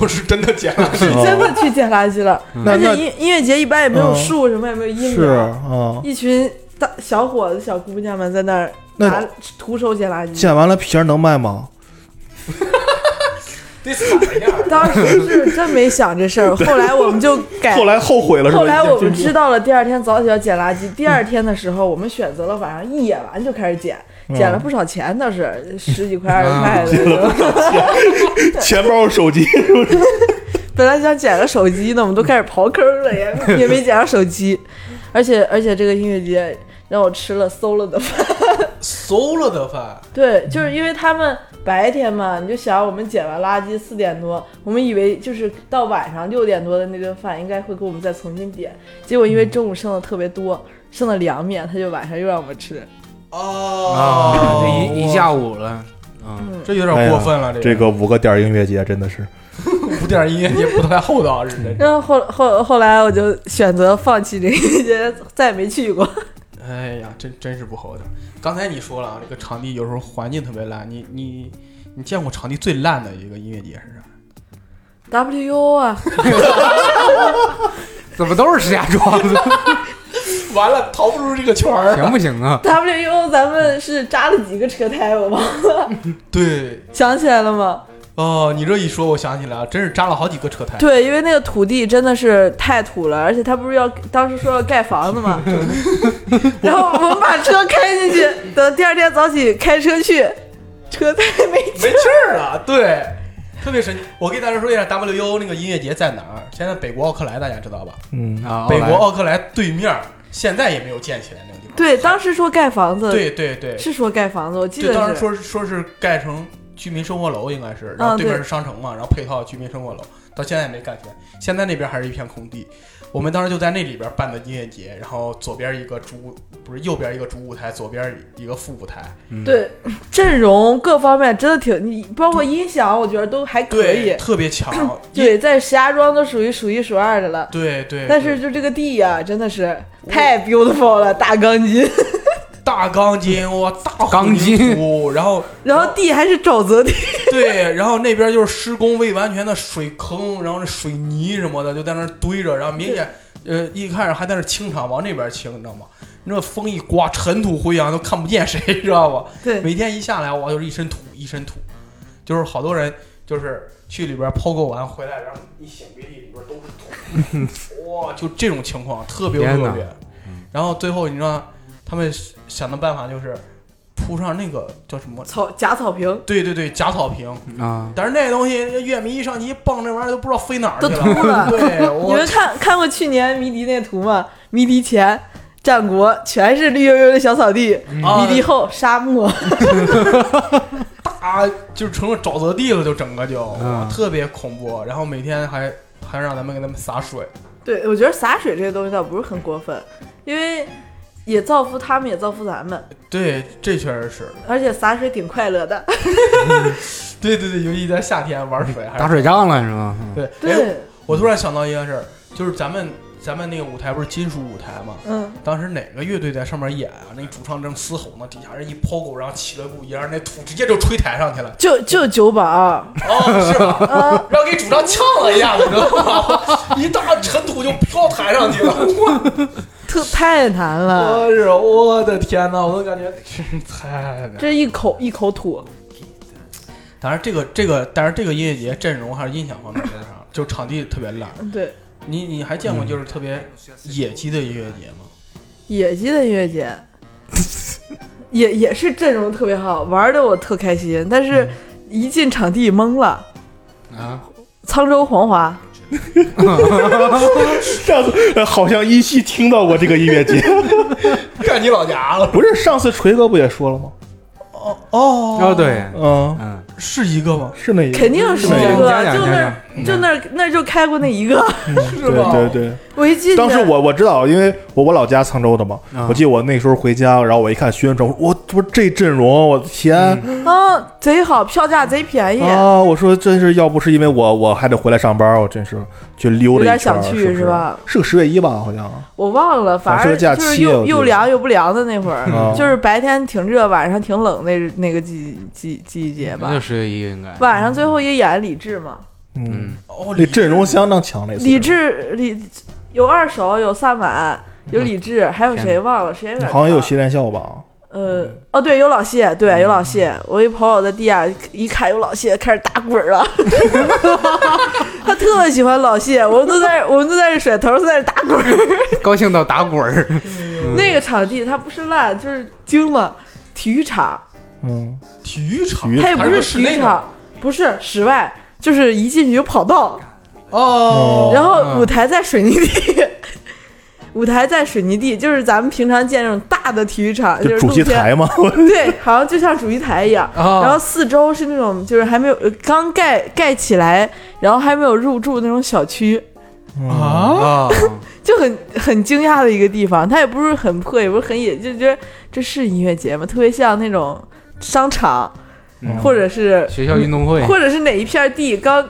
Speaker 1: 我是真的捡垃圾。
Speaker 4: 是真
Speaker 2: 啊
Speaker 4: 的去捡垃圾了。
Speaker 2: 嗯
Speaker 4: 而且音音乐节一般也没有树，什么也没有音
Speaker 2: 是
Speaker 4: 乐，
Speaker 2: 啊，
Speaker 4: 一群大小伙子、小姑娘们在那儿
Speaker 2: 那
Speaker 4: 拿徒手捡垃圾，
Speaker 2: 剪完了皮儿能卖吗？
Speaker 1: 得撒一下。
Speaker 4: 当时是真没想这事儿。后来我们就改
Speaker 2: 后来后悔了是吧？
Speaker 4: 哎后来我们知道了，第二天早起要捡垃圾。第二天的时候，我们选择了晚上一夜完就开始捡，捡了不少钱，倒是十几块、二十块的。
Speaker 2: 钱包、手机，
Speaker 4: 本来想捡个手机呢，我们都开始刨坑了，也也没捡上手机。而且而且这个音乐节让我吃了馊了的饭。
Speaker 1: solo 的饭，
Speaker 4: 对，就是因为他们白天嘛，你就想我们捡完垃圾四点多，我们以为就是到晚上六点多的那顿饭应该会给我们再重新点，结果因为中午剩的特别多，剩了凉面，他就晚上又让我们吃。
Speaker 1: 哦
Speaker 3: 啊，这一一下午了，嗯，
Speaker 1: 这有点过分了，
Speaker 2: 这
Speaker 1: 这
Speaker 2: 个五个点儿音乐节真的是，
Speaker 1: 五点音乐节不太厚道，啊是真的。
Speaker 4: 然后后后后来我就选择放弃这个音乐节，再也没去过。
Speaker 1: 哎呀，真真是不厚道。刚才你说了啊，这个场地有时候环境特别烂，你你你见过场地最烂的一个音乐节是啥？
Speaker 4: WU 啊，
Speaker 3: 怎么都是石家庄的，
Speaker 1: 完了，逃不出这个圈儿
Speaker 3: 行不行啊？
Speaker 4: WU，咱们是扎了几个车胎，我忘了，
Speaker 1: 对，
Speaker 4: 想起来了吗？
Speaker 1: 哦，你这一说，我想起来了，真是扎了好几个车胎。
Speaker 4: 对，因为那个土地真的是太土了，而且他不是要当时说要盖房 子嘛，然后我们把车开进去，等第二天早起开车去，车胎没
Speaker 1: 没气儿了，对，特别神奇。我给大家说一下 W U 那个音乐节在哪儿，现在北国奥克莱大家知道吧？
Speaker 2: 嗯，
Speaker 3: 啊，
Speaker 1: 北国
Speaker 3: 奥
Speaker 1: 奥克莱对面儿现在也没有建起来那个地方。
Speaker 4: 对，当时说盖房子，
Speaker 1: 对对对，
Speaker 4: 是说盖房子，我记
Speaker 1: 对，当
Speaker 4: 得
Speaker 1: 时
Speaker 4: 是。
Speaker 1: 说说是盖成居民生活楼，应该是，然后
Speaker 4: 嗯
Speaker 1: 对面
Speaker 4: 对
Speaker 1: 是商城嘛，然后配套居民生活楼，到现在也没盖起来，现在那边还是一片空地。我们当时就在那里边办的音乐节，然后左边一个主不是右边一个主舞台，左边一个副舞台，
Speaker 4: 对 阵容各方面真的挺，你包括音响，我觉得都还可以
Speaker 1: 对，。特别强， 音
Speaker 4: 对，在石家庄都属于数一数二的了。
Speaker 1: 对对，
Speaker 4: 但
Speaker 1: 对
Speaker 4: 是就这个地呀、真的是太 beautiful 了，大钢筋，
Speaker 1: 大钢筋，哇，大混
Speaker 3: 钢筋
Speaker 1: 凝土，然后
Speaker 4: 然后地还是沼泽地，
Speaker 1: 对，然后那边就是施工未完全的水坑，然后那水泥什么的就在那儿堆着，然后明显呃一开始还在那儿清场，往那边清，你知道吗？那风一刮，尘土灰啊扬，都看不见谁， 知道吧？
Speaker 4: 对，
Speaker 1: 每天一下来，哇，就是一身土，一身土，就是好多人就是去里边抛够完回来，然后一醒鼻涕里边都是土， 哇，就这种情况特别
Speaker 3: 天
Speaker 1: 恶
Speaker 3: 哪嗯
Speaker 1: 劣。然后最后你知道他们想的办法就是铺上那个叫什么？
Speaker 4: 草假草坪
Speaker 1: 对对对，假草坪。
Speaker 3: 啊，
Speaker 1: 但是那东西，乐迷一上去一蹦，那玩意儿都不知道飞哪儿去
Speaker 4: 都秃了
Speaker 1: 对，
Speaker 4: 你
Speaker 1: 我
Speaker 4: 们看看过去年迷笛那图吗？迷笛前。战国全是绿油油的小草地，
Speaker 1: 啊
Speaker 4: 迷笛后沙漠，
Speaker 1: 啊，就成了沼泽地了，就整个就、
Speaker 3: 嗯
Speaker 1: 特别恐怖。然后每天还还让咱们给他们洒水，
Speaker 4: 对我觉得洒水这个东西倒不是很过分，因为也造福他们，也造福咱们，
Speaker 1: 对，这确实是
Speaker 4: 而且洒水挺快乐的。
Speaker 1: 对对对，尤其在夏天玩水还
Speaker 3: 嗯打
Speaker 1: 是
Speaker 3: 水仗了是吗？嗯
Speaker 1: 对。哎，
Speaker 4: 对，
Speaker 1: 我突然想到一件事儿，就是咱们咱们那个舞台不是金属舞台吗？
Speaker 4: 嗯，
Speaker 1: 当时哪个乐队在上面演啊？那主唱正嘶吼呢，底下人一抛狗，然后起了股烟，那土直接就吹台上去了。
Speaker 4: 就就九保，
Speaker 1: 哦，是吧？
Speaker 4: 啊，
Speaker 1: 然后给主唱呛了一下，你知道吗？一大尘土就飘台上去了。
Speaker 4: 特太难了，
Speaker 1: 我日，我的天哪，我都感觉真是太……
Speaker 4: 这一口一口土。
Speaker 1: 当然，这个这个，但是这个音乐节阵容还是音响方面跟上，就场地特别烂。
Speaker 4: 对，
Speaker 1: 你你还见过就是特别野鸡的音乐节吗？
Speaker 4: 野鸡的音乐节， 也也是阵容特别好，玩的我特开心，但
Speaker 2: 嗯
Speaker 4: 是一进场地懵了。
Speaker 3: 啊，
Speaker 4: 沧州黄华，
Speaker 2: 上次呃好像依稀听到过这个音乐节，
Speaker 1: 干你老家了？
Speaker 2: 不是上次锤哥不也说了吗？
Speaker 1: 哦哦
Speaker 3: 哦，对，
Speaker 2: 嗯，
Speaker 3: 嗯，
Speaker 1: 是一个吗？
Speaker 2: 是那一个，
Speaker 4: 肯定是
Speaker 2: 是那
Speaker 4: 这
Speaker 2: 一
Speaker 3: 你讲
Speaker 4: 个，
Speaker 3: 讲
Speaker 4: 就
Speaker 3: 讲
Speaker 4: 那
Speaker 3: 讲
Speaker 4: 儿就那儿那儿就开过那一个，
Speaker 1: 是吧？
Speaker 2: 嗯对对对。
Speaker 4: 我一进 去，
Speaker 2: 当时我我知道，因为我我老家沧州的嘛，
Speaker 3: 啊
Speaker 4: 嗯
Speaker 2: 我记得我那时候回家，然后我一看宣传，我我这阵容，我的天
Speaker 4: 啊贼好，票价贼便宜，
Speaker 2: 啊！我说真是，要不是因为我我还得回来上班，我真是去溜达一圈儿，
Speaker 4: 有点想去
Speaker 2: 是不
Speaker 4: 是吧？
Speaker 2: 是个十月一吧，好像
Speaker 4: 我忘了，反
Speaker 2: 反正是
Speaker 4: 正
Speaker 2: 个假
Speaker 4: 就是
Speaker 2: 期我
Speaker 4: 又
Speaker 2: 记得
Speaker 4: 又凉又不凉的那会儿
Speaker 2: 嗯，
Speaker 4: 就是白天挺热，晚上挺冷那那个季季季节吧
Speaker 3: 嗯那就。十一应该，
Speaker 4: 晚上最后也演李志嘛，
Speaker 2: 嗯，
Speaker 3: 嗯，
Speaker 1: 哦，
Speaker 2: 那阵容相当强，那次
Speaker 4: 李志李有二手，有萨满，有
Speaker 1: 嗯
Speaker 4: 李志，还有谁忘了？谁有点
Speaker 2: 好像有
Speaker 4: 忘了
Speaker 2: 西连笑吧？
Speaker 4: 呃，哦，对，有老谢，对，有老谢。
Speaker 1: 嗯
Speaker 4: 我一朋友在地下一看有老谢，开始打滚儿 了。他特喜欢老谢，我们都在我们都在这甩头，都在这打滚儿。
Speaker 3: 高兴到打滚儿，
Speaker 1: 嗯
Speaker 4: 那个场地它不是烂，就是惊了。体育场，
Speaker 2: 嗯，
Speaker 1: 体育场，
Speaker 2: 体育
Speaker 4: 它也不
Speaker 1: 还是个室
Speaker 4: 体育
Speaker 1: 内的
Speaker 4: 场，不是室外，就是一进去有跑道，
Speaker 1: 哦，
Speaker 4: 然后舞台在水泥地。 舞台在水泥地，就是咱们平常见那种大的体育场，就
Speaker 2: 就是主
Speaker 4: 露
Speaker 2: 席
Speaker 4: 天
Speaker 2: 台嘛，
Speaker 4: 对，好像就像主席台一样。
Speaker 1: 啊
Speaker 4: 然后四周是那种就是还没有呃刚盖盖起来，然后还没有入住那种小区，
Speaker 2: 嗯
Speaker 1: 啊，
Speaker 3: 啊，
Speaker 4: 就很很惊讶的一个地方。它也不是很破，也不是很野，就觉得这是音乐节吗？特别像那种商场，
Speaker 2: 嗯
Speaker 4: 或者是
Speaker 3: 学校运动会，，
Speaker 4: 或者是哪一片地刚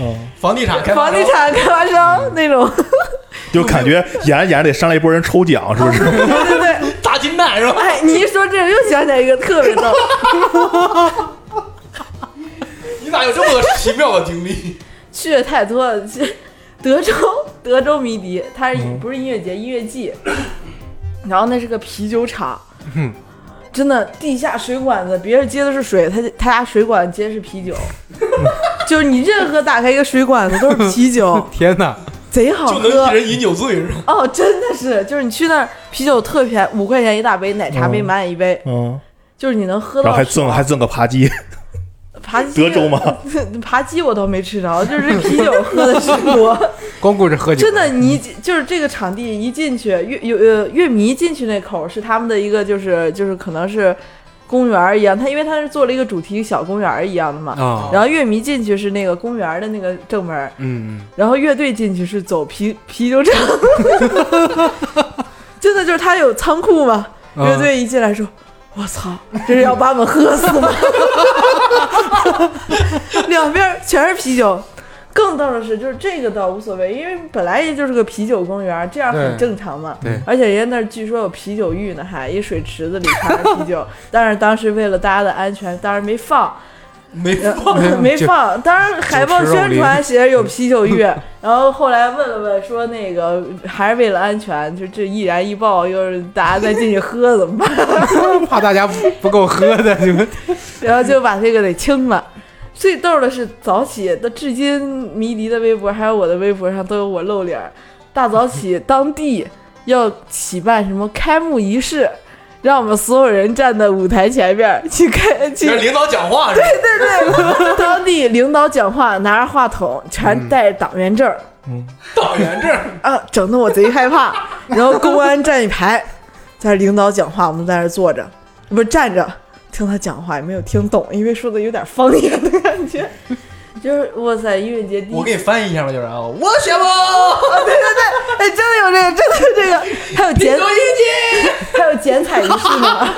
Speaker 2: 嗯，
Speaker 1: 房地产开发
Speaker 4: 房
Speaker 1: 商嗯
Speaker 4: 地产开发商那 种，
Speaker 2: 就感觉演着演着得上来一波人抽奖，是不 是？
Speaker 4: 对对对。
Speaker 1: 大金蛋是吧？
Speaker 4: 哎，你一说这个，又想起来一个特别逗，
Speaker 1: 你咋有这么个奇妙的经历？
Speaker 4: 去的太多了。去德州，德州迷笛，
Speaker 2: 嗯
Speaker 4: 它是不是音乐节，音乐季。然后那是个啤酒厂， 真的地下水管子，别人接的是水，他他家水管接的是啤酒，
Speaker 2: 嗯
Speaker 4: 就是你任何打开一个水管子都是啤酒
Speaker 3: 天哪，
Speaker 4: 贼好
Speaker 1: 就能
Speaker 4: 喝
Speaker 1: 一人饮酒醉 是吧？
Speaker 4: 哦，真的是，就是你去那儿啤酒特便宜，五块钱一大杯，奶茶
Speaker 2: 嗯
Speaker 4: 没满一杯，
Speaker 2: 嗯，
Speaker 4: 就是你能喝
Speaker 2: 然
Speaker 4: 到
Speaker 2: 后还赠还赠个扒鸡，
Speaker 4: 扒鸡，
Speaker 2: 德 州吗？
Speaker 4: 扒鸡我倒没吃着，就是这啤酒喝的是多。
Speaker 3: 光顾着喝酒，
Speaker 4: 真的，你就是这个场地一进去，乐有呃乐迷进去那口儿是他们的一个，就是就是可能是公园儿一样，他因为他是做了一个主题小公园儿一样的嘛。
Speaker 3: 啊，
Speaker 4: 然后乐迷进去是那个公园儿的那个正门儿，
Speaker 3: 嗯，嗯
Speaker 4: 然后乐队进去是走啤啤酒厂， 真的就是他有仓库嘛，
Speaker 3: 嗯
Speaker 4: 乐队一进来说。我操！这是要把我们喝死吗？ 两边儿全是啤酒，更逗的是，就是这个倒无所谓，因为本来也就是个啤酒公园，这样
Speaker 3: 对
Speaker 4: 很正常嘛。
Speaker 3: 对
Speaker 4: 而且人家那儿据说有啤酒浴呢，还一水池子里全是啤酒， 但是当时为了大家的安全，当然没放。
Speaker 1: 没
Speaker 4: 呃 没放。当然海报宣传
Speaker 3: 嗯
Speaker 4: 写着有啤酒浴，然后后来问了问，说那个还是为了安全，就这易燃易爆，又是大家再进去喝怎么办？
Speaker 3: 怕大家不不够喝 的，你们
Speaker 4: 然后就把这个给清了。最逗的是，早起的至今迷离的微博，还有我的微博上都有我露脸儿。大早起，当地要起办什么开幕仪式，让我们所有人站在舞台前面儿去开去
Speaker 1: 领导讲话是吧？
Speaker 4: 当地领导讲话，拿着话筒，全带着党员证儿、
Speaker 1: 党员证，
Speaker 4: 啊，整得我贼害怕。 然后公安站一排，在领导讲话，我们在那儿坐着，不是站着听他讲话，也没有听懂，因为说的有点方言的感觉。 就是哇塞，音乐节第一
Speaker 1: 我给你翻译一下吧，就是啊，我想不，
Speaker 4: 哎，真的有这个，真的有这个，还有
Speaker 1: 林
Speaker 4: 剪
Speaker 1: 德英姐，
Speaker 4: 还有剪彩仪式呢，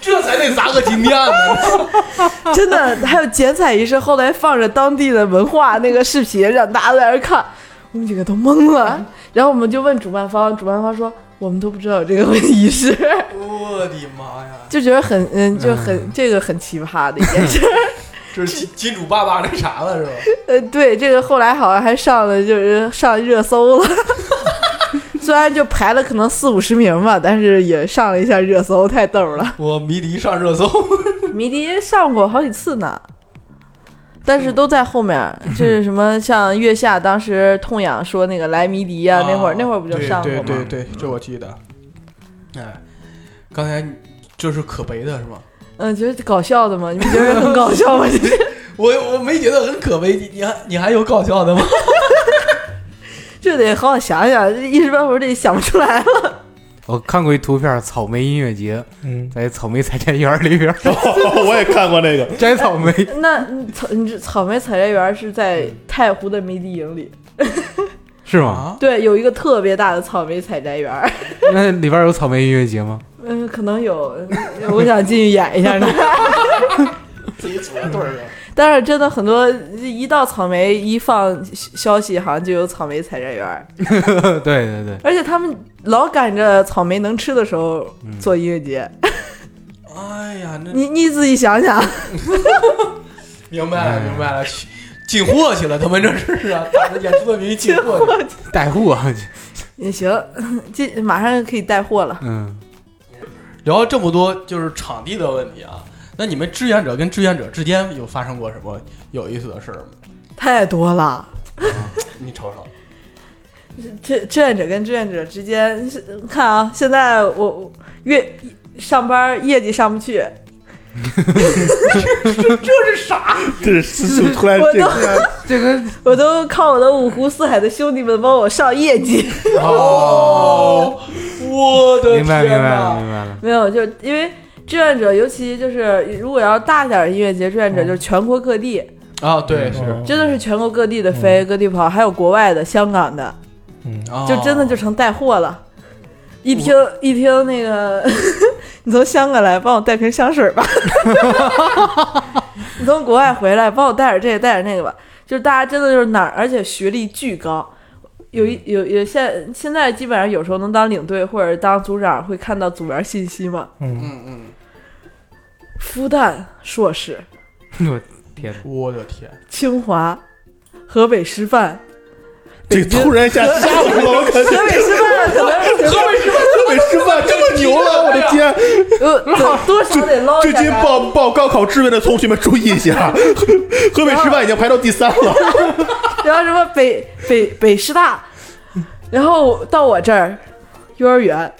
Speaker 1: 这才得砸个金店呢。
Speaker 4: 真的还有剪彩仪式。后来放着当地的文化那个视频，让大家在那儿看，我们几个都懵了。嗯然后我们就问主办方，主办方说我们都不知道有这个仪式，
Speaker 1: 我的妈呀，
Speaker 4: 就觉得很嗯，就很、这个很奇葩的一件事。
Speaker 1: 这是金金主爸爸那啥了是吧？
Speaker 4: 呃，对，这个后来好像还上了，就是上热搜了。 虽然就排了可能四五十名吧，但是也上了一下热搜，太逗了。
Speaker 1: 我迷离上热 搜，
Speaker 4: 迷笛上过好几次呢，但是都在后面儿。就是什么像月下当时痛痒说那个来迷笛啊，那会儿那会儿不就上过
Speaker 1: 对
Speaker 4: 吗？
Speaker 1: 对对对，这我记得。哎，刚才这是可悲的是吗？
Speaker 4: 嗯，觉得搞笑的嘛，你不觉得很搞笑吗？
Speaker 1: 我我没觉得很可悲，你你还你还有搞笑的吗？
Speaker 4: 这得好好想想，一时半会儿这想不出来了。
Speaker 3: 我看过一图片，草莓音乐节
Speaker 2: 嗯，
Speaker 3: 在草莓采摘园里 边
Speaker 2: 我也看过那个，
Speaker 3: 摘草莓，
Speaker 4: 那你草你这草莓采摘园是在太湖的迷笛营里，
Speaker 3: 是吗？
Speaker 1: 啊，
Speaker 4: 对，有一个特别大的草莓采摘园儿。
Speaker 3: 那里边有草莓音乐节吗？
Speaker 4: 嗯，可能有， 嗯我想进去演一下呢。
Speaker 1: 自己组个队儿啊。
Speaker 4: 但是真的很多，一到草莓一放消息，好像就有草莓采摘园儿。
Speaker 3: 对对对，
Speaker 4: 而且他们老赶着草莓能吃的时候做音乐节，
Speaker 1: 哎呀，那
Speaker 4: 你你自己想想，
Speaker 1: 明白了，明白了，去进货去了，他们这是啊，打着演出的名义进货去。
Speaker 3: 带货啊，
Speaker 4: 也行， 这马上可以带货了。
Speaker 3: 嗯，
Speaker 1: 聊了这么多就是场地的问题啊，那你们志愿者跟志愿者之间有发生过什么有意思的事儿吗？
Speaker 4: 太多了，
Speaker 1: 你瞅瞅，
Speaker 4: 志志愿者跟志愿者之间，是看啊，现在我我月上班业绩上不去，
Speaker 2: 这是是突然
Speaker 4: 我
Speaker 2: 这
Speaker 4: 都
Speaker 2: 个
Speaker 3: 这个
Speaker 4: 我都靠我的五湖四海的兄弟们帮我上业绩。
Speaker 1: 哦，我的
Speaker 3: 明白明
Speaker 1: 天
Speaker 3: 白了
Speaker 1: 呐！
Speaker 3: 明白了，
Speaker 4: 没有，就因为志愿者，尤其就是如果要大点儿的音乐节，志愿者就是全国各地，
Speaker 1: 啊，
Speaker 3: 嗯
Speaker 1: 对，是，
Speaker 4: 真的是全国各地的飞，各地跑，还有国外的、香港的，
Speaker 1: 啊
Speaker 4: 就真的就成带货了。一听一听那个， 你从香港来，帮我带瓶香水吧。你从国外回来，帮我带点这个，带点那个吧。就是大家真的就是哪儿，而且学历巨高。有一有有现现在基本上有时候能当领队或者当组长，会看到组员信息嘛。
Speaker 1: 嗯嗯，
Speaker 4: 复旦硕士，
Speaker 3: 我天哪，
Speaker 1: 我的天，
Speaker 4: 清华，河北师范，
Speaker 2: 这突然一下吓我了，我感觉
Speaker 4: 河北师范可
Speaker 1: 河北师
Speaker 4: 能
Speaker 1: 范
Speaker 2: 北师范这么牛了，我的天！
Speaker 4: 呃，多多少得捞一
Speaker 2: 最
Speaker 4: 下
Speaker 2: 近
Speaker 4: 吧
Speaker 2: 报报高考志愿的同学们注意一下，河北师范已经排到第三了。
Speaker 4: 然后什么北北北师大，然后到我这儿，幼儿园，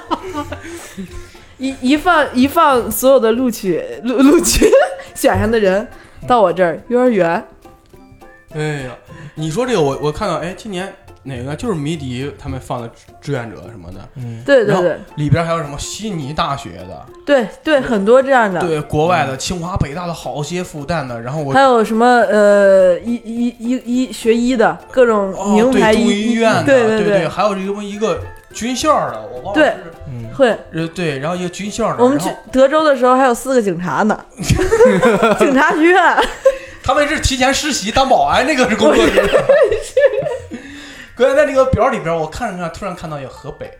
Speaker 4: 一一放一放所有的录取录录取选上的人到我这儿，幼儿园，
Speaker 1: 哎呀，你说这个我我看到，哎，今年哪个就是迷笛他们放的志志愿者什么的，
Speaker 4: 对对
Speaker 1: 然后
Speaker 4: 对
Speaker 1: 里边还有什么悉尼大学的，
Speaker 4: 对对，很多这样的，
Speaker 1: 对，国外的清华北大的好些复旦的，然后我
Speaker 4: 还有什么呃医医医医学医的各种
Speaker 1: 哦
Speaker 4: 名
Speaker 1: 对
Speaker 4: 牌
Speaker 1: 中
Speaker 4: 医
Speaker 1: 医院的，
Speaker 4: 对
Speaker 1: 对
Speaker 4: 对，
Speaker 1: 还有什么一个军校的，我忘了
Speaker 4: 对
Speaker 1: 是
Speaker 4: 会。
Speaker 1: 呃，对，然后一个军校的，
Speaker 4: 我们
Speaker 1: 然
Speaker 4: 去
Speaker 1: 后
Speaker 4: 德州的时候还有四个警 察呢，警察学院。
Speaker 1: 他们是提前实习当保安，那个是工作人员。 刚才在那个表里边，我看着看着，突然看到有河北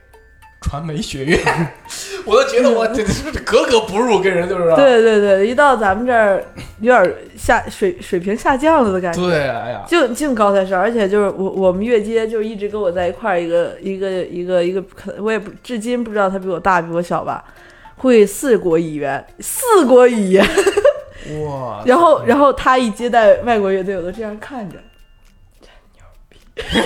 Speaker 1: 传媒学院， 我都觉得我这这这格格不入，跟人就是
Speaker 4: 对对对，一到咱们这儿有点下水水平下降了的感觉，
Speaker 1: 对，哎呀，
Speaker 4: 净净高材生，而且就是我我们越街就一直跟我在一块儿，一个一个一个一个，可我也不至今不知道他比我大比我小吧，会四国语言，四国语言，
Speaker 1: 哇，
Speaker 4: 然后然后他一接待外国乐队，我都这样看着，真牛逼，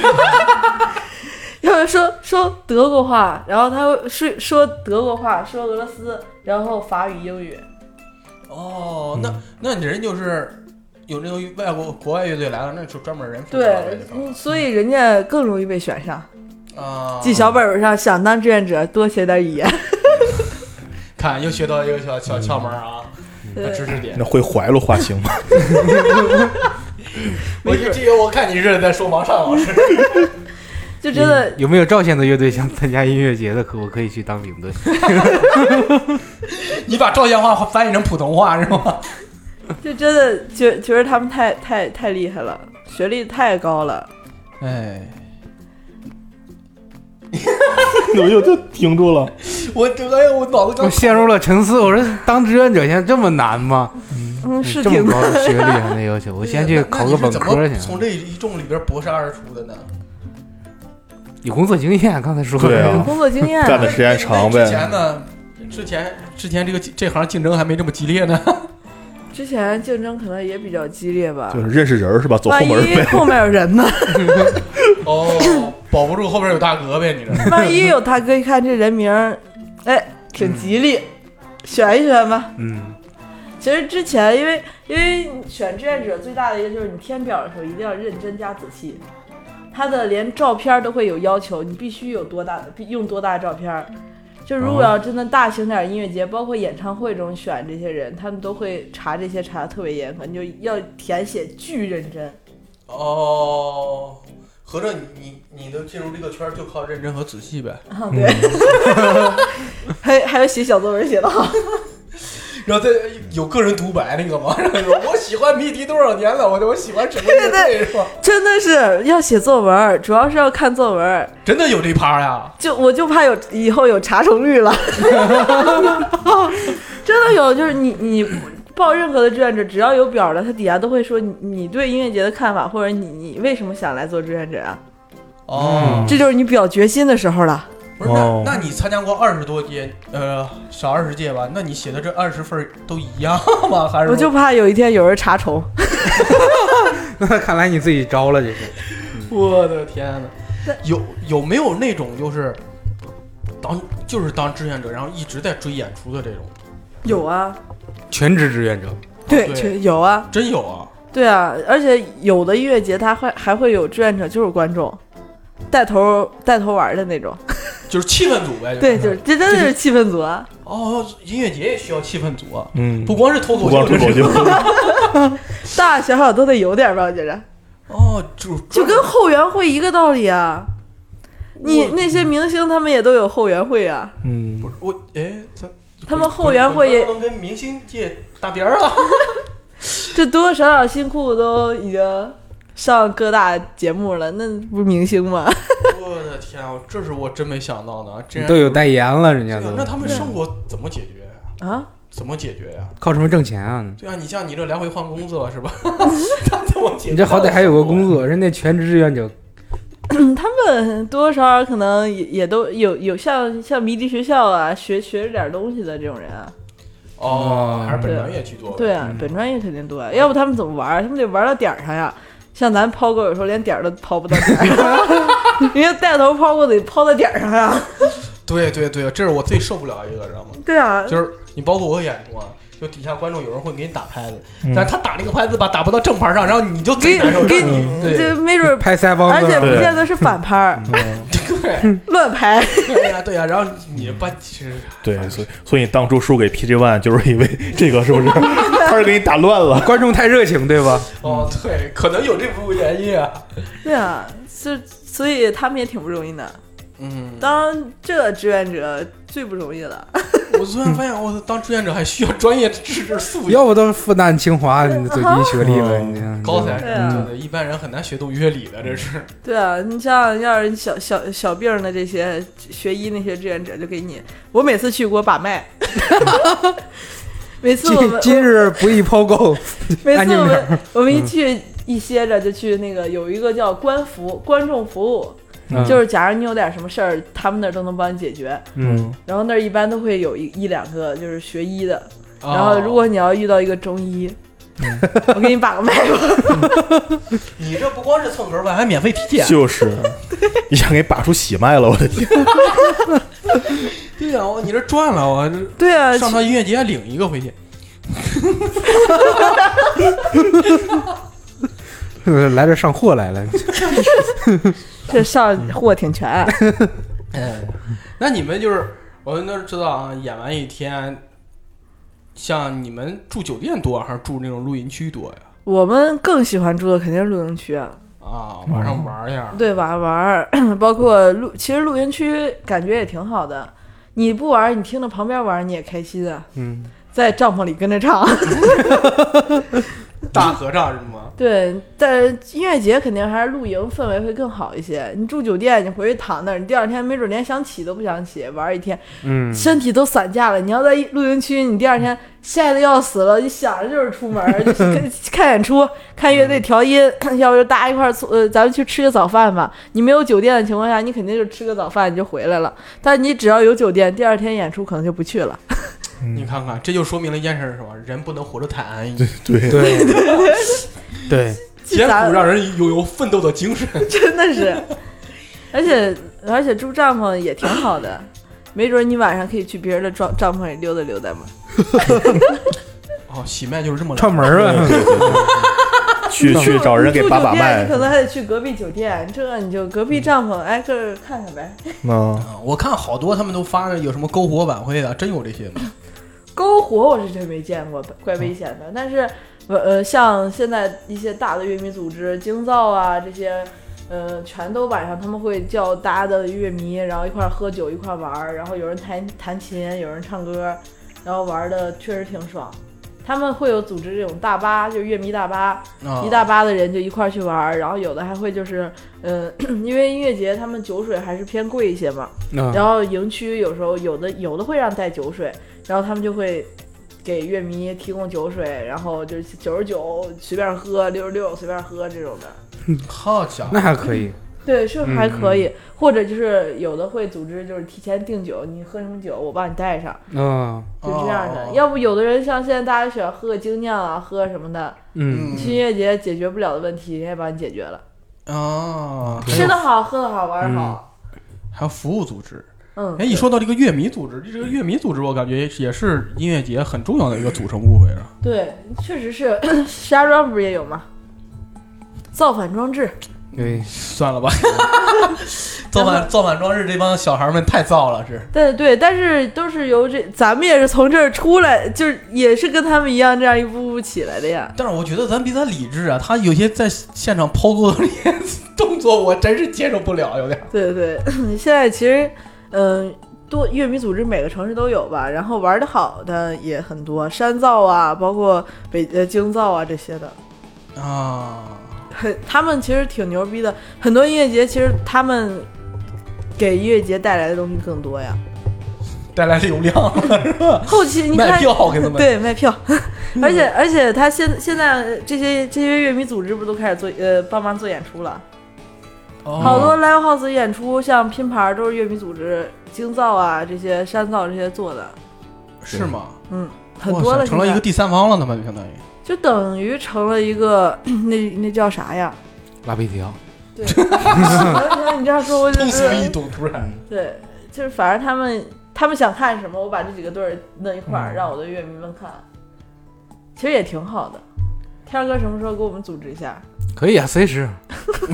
Speaker 4: 要是说说德国话，然后他会说说德国话，说俄罗斯，然后法语英语。
Speaker 1: 哦，
Speaker 4: 嗯
Speaker 1: 那那你人就是有那种外国国外乐队来了，那就专门人负责这
Speaker 4: 对
Speaker 1: 个，
Speaker 4: 嗯所以人家更容易被选上。
Speaker 1: 啊，
Speaker 4: 记小本本上，想当志愿者，多学点语言。
Speaker 1: 看又学到一个小小窍门啊，小知
Speaker 4: 对，
Speaker 1: 识 点。
Speaker 2: 那会怀了话行吗？
Speaker 1: 我这个我看你是在说王善老师，
Speaker 4: 就真的
Speaker 3: 有没有赵县的乐队想参加音乐节的？可我可以去当领队。
Speaker 1: 你把赵县话翻译成普通话是吗？
Speaker 4: 就真的觉觉得他们太太太厉害了，学历太高了。
Speaker 1: 哎，
Speaker 2: 我就就停住了。
Speaker 1: 我这哎呀，我脑子
Speaker 3: 我
Speaker 1: 刚
Speaker 3: 陷入了沉思。我说，当志愿者现在这么难吗？
Speaker 4: 嗯，是
Speaker 3: 这
Speaker 4: 挺
Speaker 3: 么高的学历还能要求？我先去考个本科去。
Speaker 1: 从这一众里边博士二出的呢？
Speaker 3: 有工作经验，刚才说
Speaker 2: 对
Speaker 4: 有
Speaker 2: 啊
Speaker 4: 工作经验啊。
Speaker 2: 干的时间长
Speaker 1: 之前
Speaker 2: 呗。
Speaker 1: 呢，之前之前这个这行竞争还没这么激烈呢。
Speaker 4: 之前竞争可能也比较激烈吧
Speaker 2: 就。是认识人儿是吧？走后
Speaker 4: 万
Speaker 2: 门
Speaker 4: 一
Speaker 2: 呗。
Speaker 4: 后面有 人呢？
Speaker 1: 哦，保不住后边有大哥呗，你这。
Speaker 4: 万一有他哥一看这人名儿，哎，挺吉利，
Speaker 2: 嗯
Speaker 4: 选一选吧。
Speaker 3: 嗯，
Speaker 4: 其实之前因为因为选志愿者最大的一个就是你填表的时候一定要认真加仔细，他的连照片都会有要求，你必须有多大的必用多大的照片儿。就如果要真的大型点儿音乐节，包括演唱会中选这些人，他们都会查这些查的特别严格，你就要填写巨认真。
Speaker 1: 哦，合着你你你能进入这个圈儿就靠认真和仔细呗。
Speaker 4: 啊，对，嗯 还还有写小作文写的 好，
Speaker 1: 然后再有个人独白那个吗？ 然后说我喜欢迷笛多少年了，我我喜欢什么乐队是吧？
Speaker 4: 真的是要写作文儿，主要是要看作文儿。
Speaker 1: 真的有这趴呀？
Speaker 4: 就我就怕有以后有查重率了， 真的有，就是你你报任何的志愿者，只要有表了，他底下都会说你你对音乐节的看法，或者你你为什么想来做志愿者啊？
Speaker 1: 哦，
Speaker 4: 这就是你表决心的时候了。
Speaker 1: 不是那
Speaker 2: 哦
Speaker 1: 那你参加过二十多届，呃，少二十届吧？那你写的这二十份儿都一样吗？ 还是
Speaker 4: 我就怕有一天有人查重。
Speaker 3: 那看来你自己招了，这是。
Speaker 1: 我的天呐
Speaker 4: 对，
Speaker 1: 有有没有那种就是当就是当志愿者，然后一直在追演出的这种？
Speaker 4: 有啊，
Speaker 3: 全职志愿者，
Speaker 4: 对，
Speaker 1: 对
Speaker 4: 确有啊，
Speaker 1: 真有啊！
Speaker 4: 对啊，而且有的音乐节他会还会有志愿者，就是观众。带头带头玩的那种，
Speaker 1: 就是气氛组呗。
Speaker 4: 对，就是这真的是气氛组啊！
Speaker 1: 哦，音乐节也需要气氛组啊，
Speaker 2: 嗯
Speaker 1: 不，光是脱
Speaker 2: 不
Speaker 1: 口
Speaker 2: 光脱口
Speaker 1: 秀。
Speaker 2: 秀，
Speaker 4: 大大小小都得有点吧，我觉着。
Speaker 1: 哦，就
Speaker 4: 就跟后援会一个道理啊。你
Speaker 1: 我
Speaker 4: 那些明星他们也都有后援会啊，
Speaker 2: 嗯
Speaker 1: 不，是我哎，咱
Speaker 4: 他们后援会也
Speaker 1: 不能跟明星界搭边儿啊。
Speaker 4: 这多多少少辛苦都已经上各大节目了，那不是明星吗？
Speaker 1: 我的天啊，这是我真没想到的啊，这
Speaker 3: 都有代言了，人家
Speaker 1: 对
Speaker 3: 都
Speaker 1: 啊。那他们生活怎么解决呀？
Speaker 4: 啊，
Speaker 1: 怎么解决呀？
Speaker 3: 靠什么挣钱啊？
Speaker 1: 对啊，你像你这来回 换工作是吧？他怎么解决？
Speaker 3: 你这好歹还有个工作，人家全职志愿者
Speaker 4: 他们多多少少可能也也都有有像像迷笛学校啊，学学着点东西的这种人啊，
Speaker 1: 哦，
Speaker 3: 哦
Speaker 1: 还是本专业居多。
Speaker 4: 对啊，本专业肯定多啊，要不他们怎么玩儿？他们得玩到点儿上呀。像咱抛钩，有时候连点儿都抛不到点儿上， 人家带头抛钩得抛到点儿上呀。
Speaker 1: 对对对，这是我最受不了的一个，知道吗？
Speaker 4: 对啊，
Speaker 1: 就是你包括我演出啊，就底下观众有人会给你打拍子，
Speaker 2: 嗯
Speaker 1: 但是他打那个拍子吧，打不到正牌上，然后你就最
Speaker 4: 给
Speaker 1: 难受。
Speaker 4: 给
Speaker 1: 你对
Speaker 4: 这没准儿，
Speaker 3: 拍腮帮
Speaker 4: 而
Speaker 3: 子
Speaker 4: 且
Speaker 3: 了，
Speaker 4: 不
Speaker 2: 对
Speaker 4: 见得是反拍儿，
Speaker 3: 嗯
Speaker 1: 对
Speaker 4: 乱拍。
Speaker 1: 对呀对呀，啊然后你吧，其实
Speaker 2: 对，所以所以你当初输给 PG One 就是因为这个，是不是？他是给你打乱了。
Speaker 3: 观众太热情，对吧？
Speaker 1: 哦对，可能有这部分原因啊。
Speaker 4: 对啊，所所以他们也挺不容易的。
Speaker 1: 嗯，
Speaker 4: 当这志愿者最不容易了，
Speaker 1: 我突然发现，我当志愿者还需要专业知识素养。
Speaker 3: 要不都是复旦、清华你走进学历
Speaker 2: 哦
Speaker 3: 了，你这样
Speaker 1: 高材
Speaker 3: 对吧
Speaker 1: 生，
Speaker 4: 对啊
Speaker 1: 对对，一般人很难学懂乐理的，这是。
Speaker 4: 对啊，你像要是小小小病的这些学医那些志愿者就给你，我每次去给我把脉， 每次我
Speaker 3: 今
Speaker 4: 们
Speaker 3: 今日不宜抛 钩，
Speaker 4: 每
Speaker 3: 安
Speaker 4: 次
Speaker 3: 静
Speaker 4: 我
Speaker 3: 点嗯
Speaker 4: 们我们一去一歇着就去那个有一个叫官服观众服务，
Speaker 3: 嗯
Speaker 4: 就是假如你有点什么事儿，他们那儿都能帮你解决，
Speaker 3: 嗯，
Speaker 4: 然后那儿一般都会有一一两个就是学医的，
Speaker 2: 嗯
Speaker 1: 啊哦
Speaker 4: 然后如果你要遇到一个中医，我给你把个脉吧。
Speaker 1: 你这不光是蹭门外，还免费体检。
Speaker 2: 就是，一下给拔出血脉了，我的天！
Speaker 1: 对呀，我你这赚了，我这
Speaker 4: 对啊，
Speaker 1: 上趟音乐节还领一个回去。
Speaker 3: 来这上货来了，
Speaker 4: 这上货挺全啊。
Speaker 1: 哎，那你们就是我们都知道啊，演完一天，像你们住酒店多还是住那种露营区多呀？
Speaker 4: 我们更喜欢住的肯定是露营区，啊，
Speaker 1: 啊，晚
Speaker 2: 嗯
Speaker 1: 上玩一下，
Speaker 4: 对吧？玩儿， 包括露，其实露营区感觉也挺好的。你不玩儿，你听着旁边玩儿，你也开心啊。
Speaker 3: 嗯，
Speaker 4: 在帐篷里跟着唱，
Speaker 1: 大合唱是吗？
Speaker 4: 对。但音乐节肯定还是露营氛围会更好一些。你住酒店，你回去躺那儿，你第二天没准连想起都不想起，玩儿一天，
Speaker 3: 嗯，
Speaker 4: 身体都散架了。你要在露营区，你第二天晒得要死了，你想着就是出门儿，就是看看演出、看乐队、调音，要不就大家一块儿出，呃，咱们去吃个早饭吧。你没有酒店的情况下，你肯定就吃个早饭你就回来了。但你只要有酒店，第二天演出可能就不去了。
Speaker 1: 你看看，这就说明了一件事是什么？人不能活着太安逸，
Speaker 2: 嗯对，
Speaker 3: 对对，
Speaker 1: 艰
Speaker 4: 咱
Speaker 1: 苦让人拥有奋斗的精神。
Speaker 4: 真的是，而且而且住帐篷也挺好的，没准你晚上可以去别人的帐帐篷里溜达溜达嘛。
Speaker 1: 哦，喜麦就是这么来的
Speaker 3: 串门儿啊，
Speaker 2: 去去找人给
Speaker 4: 住
Speaker 2: 把
Speaker 4: 酒
Speaker 2: 把
Speaker 4: 店
Speaker 2: 脉
Speaker 4: 你可。能还得去隔壁酒店，这你就隔壁帐篷挨个儿看看呗。
Speaker 2: 嗯，
Speaker 1: 啊我看好多他们都发的有什么篝火晚会的，真有这些吗？
Speaker 4: 篝火我是真没见过，怪危险的。但是，呃呃，像现在一些大的乐迷组织，京造啊这些，呃，全都晚上他们会叫大家的乐迷，然后一块儿喝酒，一块儿玩儿，然后有人弹弹琴，有人唱歌，然后玩儿的确实挺爽。他们会有组织这种大巴，就是乐迷大巴，
Speaker 1: 啊，
Speaker 4: 一大巴的人就一块儿去玩儿，然后有的还会就是，嗯、 因为音乐节他们酒水还是偏贵一些嘛，
Speaker 3: 嗯，
Speaker 4: 然后营区有时候有的有的会让带酒水，然后他们就会给乐迷提供酒水，然后就是九十九随便喝，六十六随便喝这种的。
Speaker 1: 好家伙
Speaker 3: 那，还可以，
Speaker 4: 对，是
Speaker 3: 嗯
Speaker 4: 还可以，或者就是有的会组织，就是提前订酒，你喝什么酒，我帮你带上，
Speaker 3: 嗯
Speaker 4: 就这样的。
Speaker 1: 哦
Speaker 4: 要不有的人像现在大家喜欢喝个精酿啊，喝什么的，
Speaker 3: 嗯，
Speaker 4: 去音乐节解决不了的问题，人家帮你解决了，
Speaker 1: 啊，还
Speaker 4: 吃
Speaker 1: 有
Speaker 4: 的好，喝的好，玩的好，
Speaker 1: 还有服务组织。
Speaker 4: 嗯。
Speaker 1: 哎，一说到这个乐迷组织，这个乐迷组织，我感觉也是音乐节很重要的一个组成部分啊。
Speaker 4: 对，确实是， 石家庄不是也有吗？造反装置。
Speaker 3: 对，
Speaker 1: 算 了吧， 造反造反装置这帮小孩们太造了，是
Speaker 4: 对对，但是都是由这，咱们也是从这儿出来，就是也是跟他们一样这样一步步起来的呀。
Speaker 1: 但是我觉得咱比咱理智啊，他有些在现场抛钩的那些 动作，我真是接受不了，有点儿。
Speaker 4: 对对，现在其实，嗯、多乐迷组织每个城市都有吧，然后玩的好的也很多，山造啊，包括北呃京造啊这些的，
Speaker 1: 啊。
Speaker 4: 很他们其实挺牛逼的。很多音乐节其实他们给音乐节带来的东西更多 呀。
Speaker 1: 带来流量了，是吧？
Speaker 4: 后期你看
Speaker 1: 卖票给他们。
Speaker 4: 对，卖票，
Speaker 1: 嗯
Speaker 4: 而且而且他现现在这些这些乐迷组织不都开始做呃帮忙做演出了？
Speaker 1: 哦
Speaker 4: 好多 live house 演出，像拼盘儿都是乐迷组织、京造啊这些、山造这些做的，嗯
Speaker 1: 是吗？
Speaker 4: 很
Speaker 1: 哇
Speaker 4: 多
Speaker 1: 塞
Speaker 4: 了。
Speaker 1: 成了一个第三方了，他们就相当于
Speaker 4: 就等于成了一个 那那叫 啥呀？
Speaker 3: 拉皮条，
Speaker 4: 对，那你这样说我就
Speaker 1: 通
Speaker 4: 觉
Speaker 1: 俗易
Speaker 4: 得
Speaker 1: 懂，突然
Speaker 4: 对，就是反正他们他们想看什么，我把这几个队儿弄一
Speaker 1: 嗯
Speaker 4: 块儿，让我的乐迷们看，其实也挺好的。天儿哥什么时候给我们组织一下？
Speaker 3: 可以啊，随时，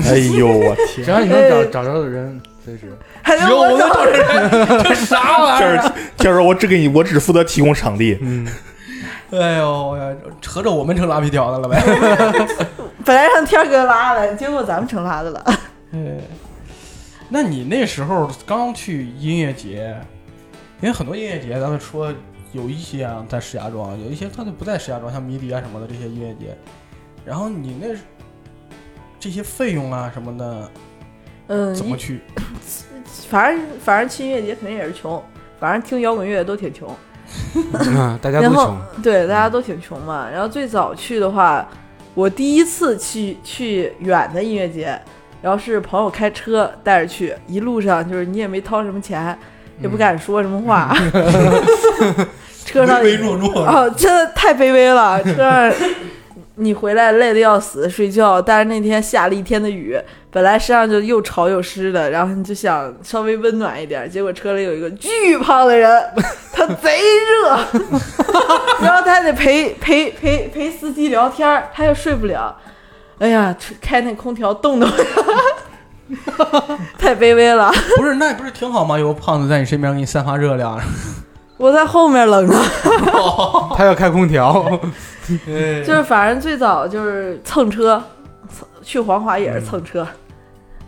Speaker 2: 哎呦我 天，
Speaker 3: 只要你能
Speaker 4: 哎
Speaker 3: 找找着人，随时。
Speaker 4: 还
Speaker 1: 只有哎我
Speaker 4: 我
Speaker 1: 们
Speaker 4: 走
Speaker 1: 找人，这啥玩意
Speaker 2: 这
Speaker 1: 儿？啊
Speaker 2: 儿这儿我只给你，我只负责提供场地，
Speaker 3: 嗯，
Speaker 1: 哎呦，我呀合着我们成拉皮条的了 呗？
Speaker 4: 本来让天儿哥拉的，结果咱们成拉的了。
Speaker 1: 那你那时候刚去音乐节，因为很多音乐节，咱们说有一些啊在石家庄，有一些它就不在石家庄，像迷笛啊什么的这些音乐节。然后你那这些费用啊什么的，
Speaker 4: 嗯，
Speaker 1: 怎么去？
Speaker 4: 反正反正去音乐节肯定也是穷，反正听摇滚乐都挺穷。
Speaker 3: 啊大家
Speaker 4: 然
Speaker 3: 都
Speaker 4: 后
Speaker 3: 穷，
Speaker 4: 对大家都挺穷嘛。然后最早去的话，我第一次去去远的音乐节，然后是朋友开车带着去，一路上就是你也没掏什么钱，也
Speaker 1: 嗯
Speaker 4: 不敢说什么 话， 车上
Speaker 1: 唯唯诺诺，
Speaker 4: 哦，真的太卑微了，车上。你回来累得要死，睡觉。但是那天下了一天的雨，本来身上就又潮又湿的，然后你就想稍微温暖一点，结果车里有一个巨胖的人，他贼热， 然后他还得陪陪陪陪司机聊天儿，他又睡不了。哎呀，开那空调冻的， 太卑微了。
Speaker 1: 不是那不是挺好吗？有个胖子在你身边给你散发热量，
Speaker 4: 我在后面冷着。
Speaker 3: 他要开空 调，
Speaker 4: 就是反正最早就是蹭车，蹭去黄华也是蹭车，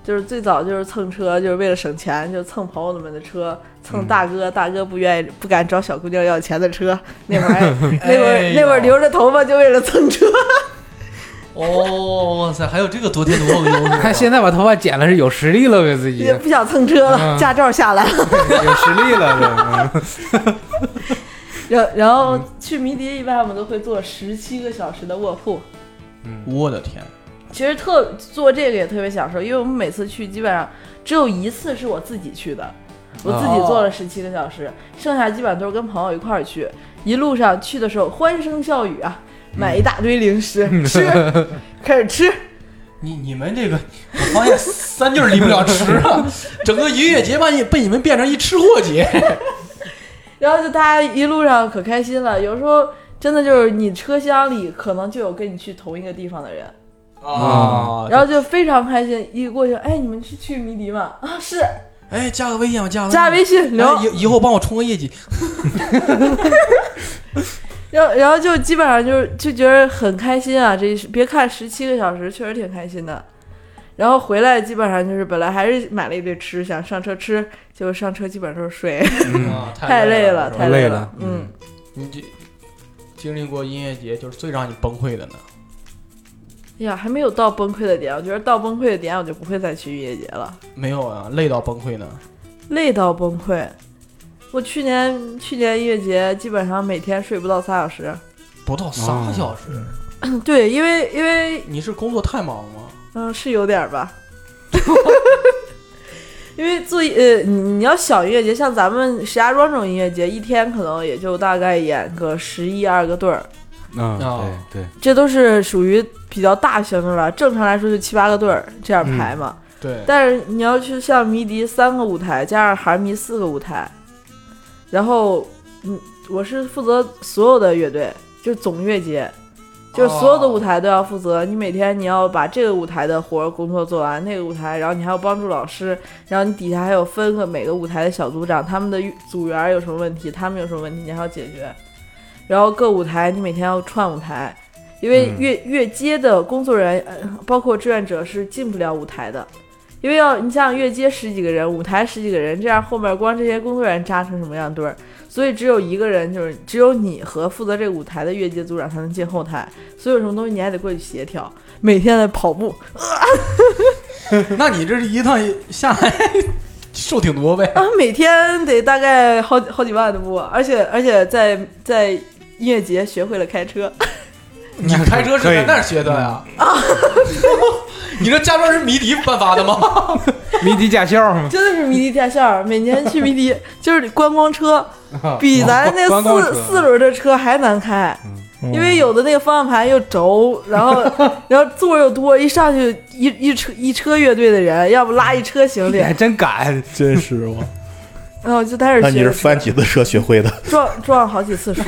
Speaker 4: 就是最早就是蹭车，就是为了省钱，就蹭朋友们的车，蹭大哥，大哥不愿意不敢找小姑娘要钱的车，那会儿还那会儿那会儿留着头发就为了蹭车，
Speaker 1: 哦，哇塞，还有这个得天独厚的优势。
Speaker 3: 他现在把头发剪了是有实力了给自己，
Speaker 4: 也不想蹭车了，
Speaker 3: 嗯
Speaker 4: 驾照下来了，
Speaker 3: 有实力 了对。嗯
Speaker 4: 然后然后去迷笛一般我们都会坐十七个小时的卧铺，
Speaker 1: 我的天，
Speaker 4: 其实特做这个也特别享受，因为我们每次去基本上只有一次是我自己去的，我自
Speaker 1: 哦
Speaker 4: 己坐了十七个小时，剩下基本上都是跟朋友一块儿去。一路上去的时候欢声笑语啊，买一大堆零食、
Speaker 1: 嗯
Speaker 4: 吃，开始吃。
Speaker 1: 你你们这个，我发现三句儿离不了吃啊！ 整个音乐节把你被你们变成一吃货节。
Speaker 4: 然后就大家一路上可开心了，有时候真的就是你车厢里可能就有跟你去同一个地方的人，
Speaker 1: 啊
Speaker 4: 然后就非常开心。一过去，哎，你们是去迷笛吗？啊，是，
Speaker 1: 哎，加个微信吧，加个
Speaker 4: 加微信聊
Speaker 1: 哎。以以后帮我冲个业绩。
Speaker 4: 然后，然后就基本上就是就觉得很开心啊！这是别看十七个小时，确实挺开心的。然后回来基本上就是本来还是买了一堆吃，想上车吃，结果上车基本上都是睡，
Speaker 1: 啊
Speaker 4: 太累了，
Speaker 1: 是吧
Speaker 4: 嗯太
Speaker 3: 累
Speaker 4: 了
Speaker 3: 了。
Speaker 4: 嗯，
Speaker 1: 你这经历过音乐节，就是最让你崩溃的呢？
Speaker 4: 哎呀，还没有到崩溃的点，我觉得到崩溃的点，我就不会再去音乐节了，
Speaker 1: 没有啊，累到崩溃呢。
Speaker 4: 累到崩溃。我去年去年音乐节基本上每天睡不到仨小时，
Speaker 1: 不到仨小
Speaker 4: 嗯
Speaker 1: 时，
Speaker 4: 对，因为因为
Speaker 1: 你是工作太忙吗？
Speaker 4: 嗯，是有点儿吧。因为做呃，你你要小音乐节，像咱们石家庄这种音乐节，一天可能也就大概演个十一二个队儿，
Speaker 3: 嗯
Speaker 1: 啊，
Speaker 3: 对对，
Speaker 4: 这都是属于比较大型的了。正常来说就七八个队儿这样排嘛。
Speaker 1: 对，
Speaker 4: 但是你要去像迷笛三个舞台，加上韩迷四个舞台，然后嗯，我是负责所有的乐队，就是总乐节，就是所有的舞台都要负责。你每天你要把这个舞台的活儿工作做完，那个舞台，然后你还要帮助老师，然后你底下还有分个每个舞台的小组长，他们的组员有什么问题，他们有什么问题，你还要解决。然后各舞台你每天要串舞台，因为
Speaker 3: 嗯
Speaker 4: 越越街的工作人员，呃包括志愿者是进不了舞台的。因为要你像越街十几个人，舞台十几个人，这样后面光这些工作人员扎成什么样堆儿，所以只有一个人，就是只有你和负责这个舞台的越街组长才能进后台，所以有什么东西你还得过去协调。每天在跑步，
Speaker 1: 那你这是一趟下来 瘦挺多呗？
Speaker 4: 啊，每天得大概好好几万的步，而且而且在在音乐节学会了开车，
Speaker 1: 你开车是在那儿学的呀？ 你这加班是谜底颁发的吗？
Speaker 3: 谜底驾校嘛，
Speaker 4: 真的是迷笛驾校，每年去迷笛 就是观光车，比咱那
Speaker 3: 啊哦观光车哦
Speaker 4: 四四轮的车还难开，
Speaker 3: 嗯
Speaker 4: 因为有的那个方向盘又轴，然 后然后座儿又多，一上去一一车一车乐队的人，要不拉一车行李
Speaker 3: 你，还真敢，
Speaker 2: 真是我。
Speaker 4: 然后就开 始
Speaker 2: 那你
Speaker 4: 学
Speaker 2: 是翻几次车学会的？
Speaker 4: 撞撞好几次树，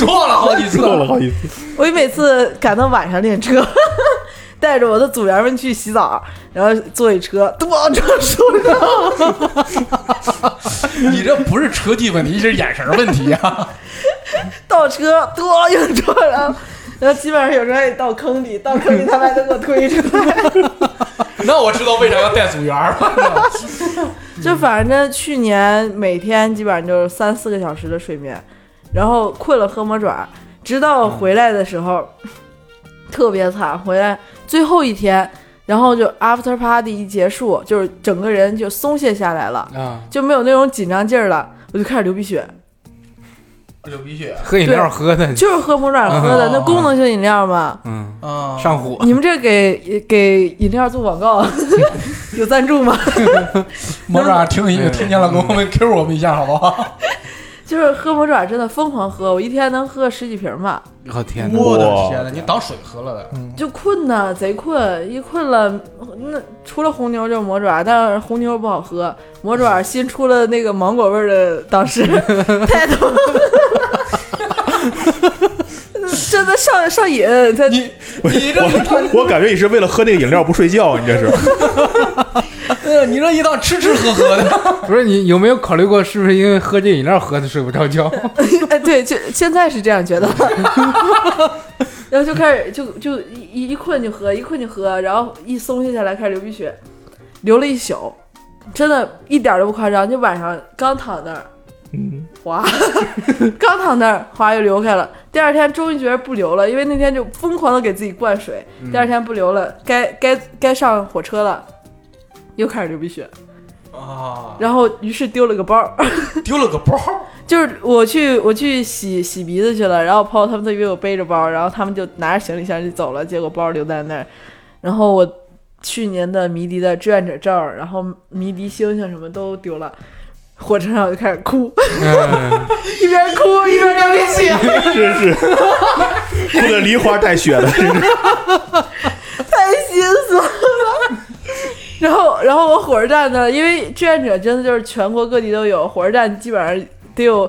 Speaker 1: 撞了好几次，
Speaker 2: 撞了好几次。
Speaker 4: 我每次赶到晚上练车， 带着我的组员们去洗澡，然后坐一车，咚撞树上，
Speaker 1: 你这不是车技问题，这是眼神问题啊！
Speaker 4: 倒车，咚又撞上。然后基本上有时候还得倒坑里，倒坑里他们还能给我推出来。
Speaker 1: 那我知道为啥要带组员了。
Speaker 4: 就反正去年每天基本上就是三四个小时的睡眠，然后困了喝魔爪，直到回来的时候、特别惨，回来最后一天，然后就 after party 一结束，就是整个人就松懈下来了，
Speaker 3: 啊，
Speaker 4: 就没有那种紧张劲儿了，我就开始流鼻血，
Speaker 1: 流鼻血，
Speaker 3: 喝饮料喝的，
Speaker 4: 就是喝魔爪喝的、
Speaker 1: 哦
Speaker 4: 那功能性饮料嘛。
Speaker 3: 嗯，
Speaker 1: 啊，
Speaker 3: 上火，
Speaker 4: 你们这给给饮料做广告，有赞助吗？
Speaker 1: 魔爪听一听见了，给我们 Q 我们一下好不好？
Speaker 4: 就是喝魔爪真的疯狂喝，我一天能喝十几瓶吧。
Speaker 3: 我天哪，
Speaker 1: 哎我嗯的天呐，你当水喝了的，
Speaker 4: 就困呐，贼困，一困了，那除了红牛就是魔爪，但是红牛不好喝，魔爪新出了那个芒果味儿的，当时太疼， 真的上上瘾，他
Speaker 1: 你你这一趟
Speaker 2: 我我感觉你是为了喝那个饮料不睡觉，你这是
Speaker 1: 呃你这一趟吃吃喝喝 的，
Speaker 3: 不是你有没有考虑过是不是因为喝这饮料喝的睡不着 觉？
Speaker 4: 哎对，就现在是这样觉得， 然后就开始就就一一困就喝，一困就喝，然后一松懈下来开始流鼻血，流了一宿，真的一点儿都不夸张，就晚上刚躺那儿。
Speaker 2: 嗯
Speaker 4: 哗， 刚躺那儿，哗又流开了。第二天终于觉得不流了，因为那天就疯狂的给自己灌水。第二天不流了，该该该上火车了，又开始流鼻血。
Speaker 1: 啊，
Speaker 4: 然后于是丢了个包儿，
Speaker 1: 丢了个包，
Speaker 4: 就是我去我去洗洗鼻子去了，然后朋友他们都以为我背着包，然后他们就拿着行李箱就走了，结果包留在那儿。然后我去年的迷笛的志愿者证儿，然后迷笛星星什么都丢了。火车上我就开始哭，
Speaker 3: 嗯，
Speaker 4: 一边哭一边流鼻血。
Speaker 2: 真是 哭的梨花带血的，真是
Speaker 4: 太心酸了。 然后，然后我火车站呢，因为志愿者真的就是全国各地都有，火车站基本上得有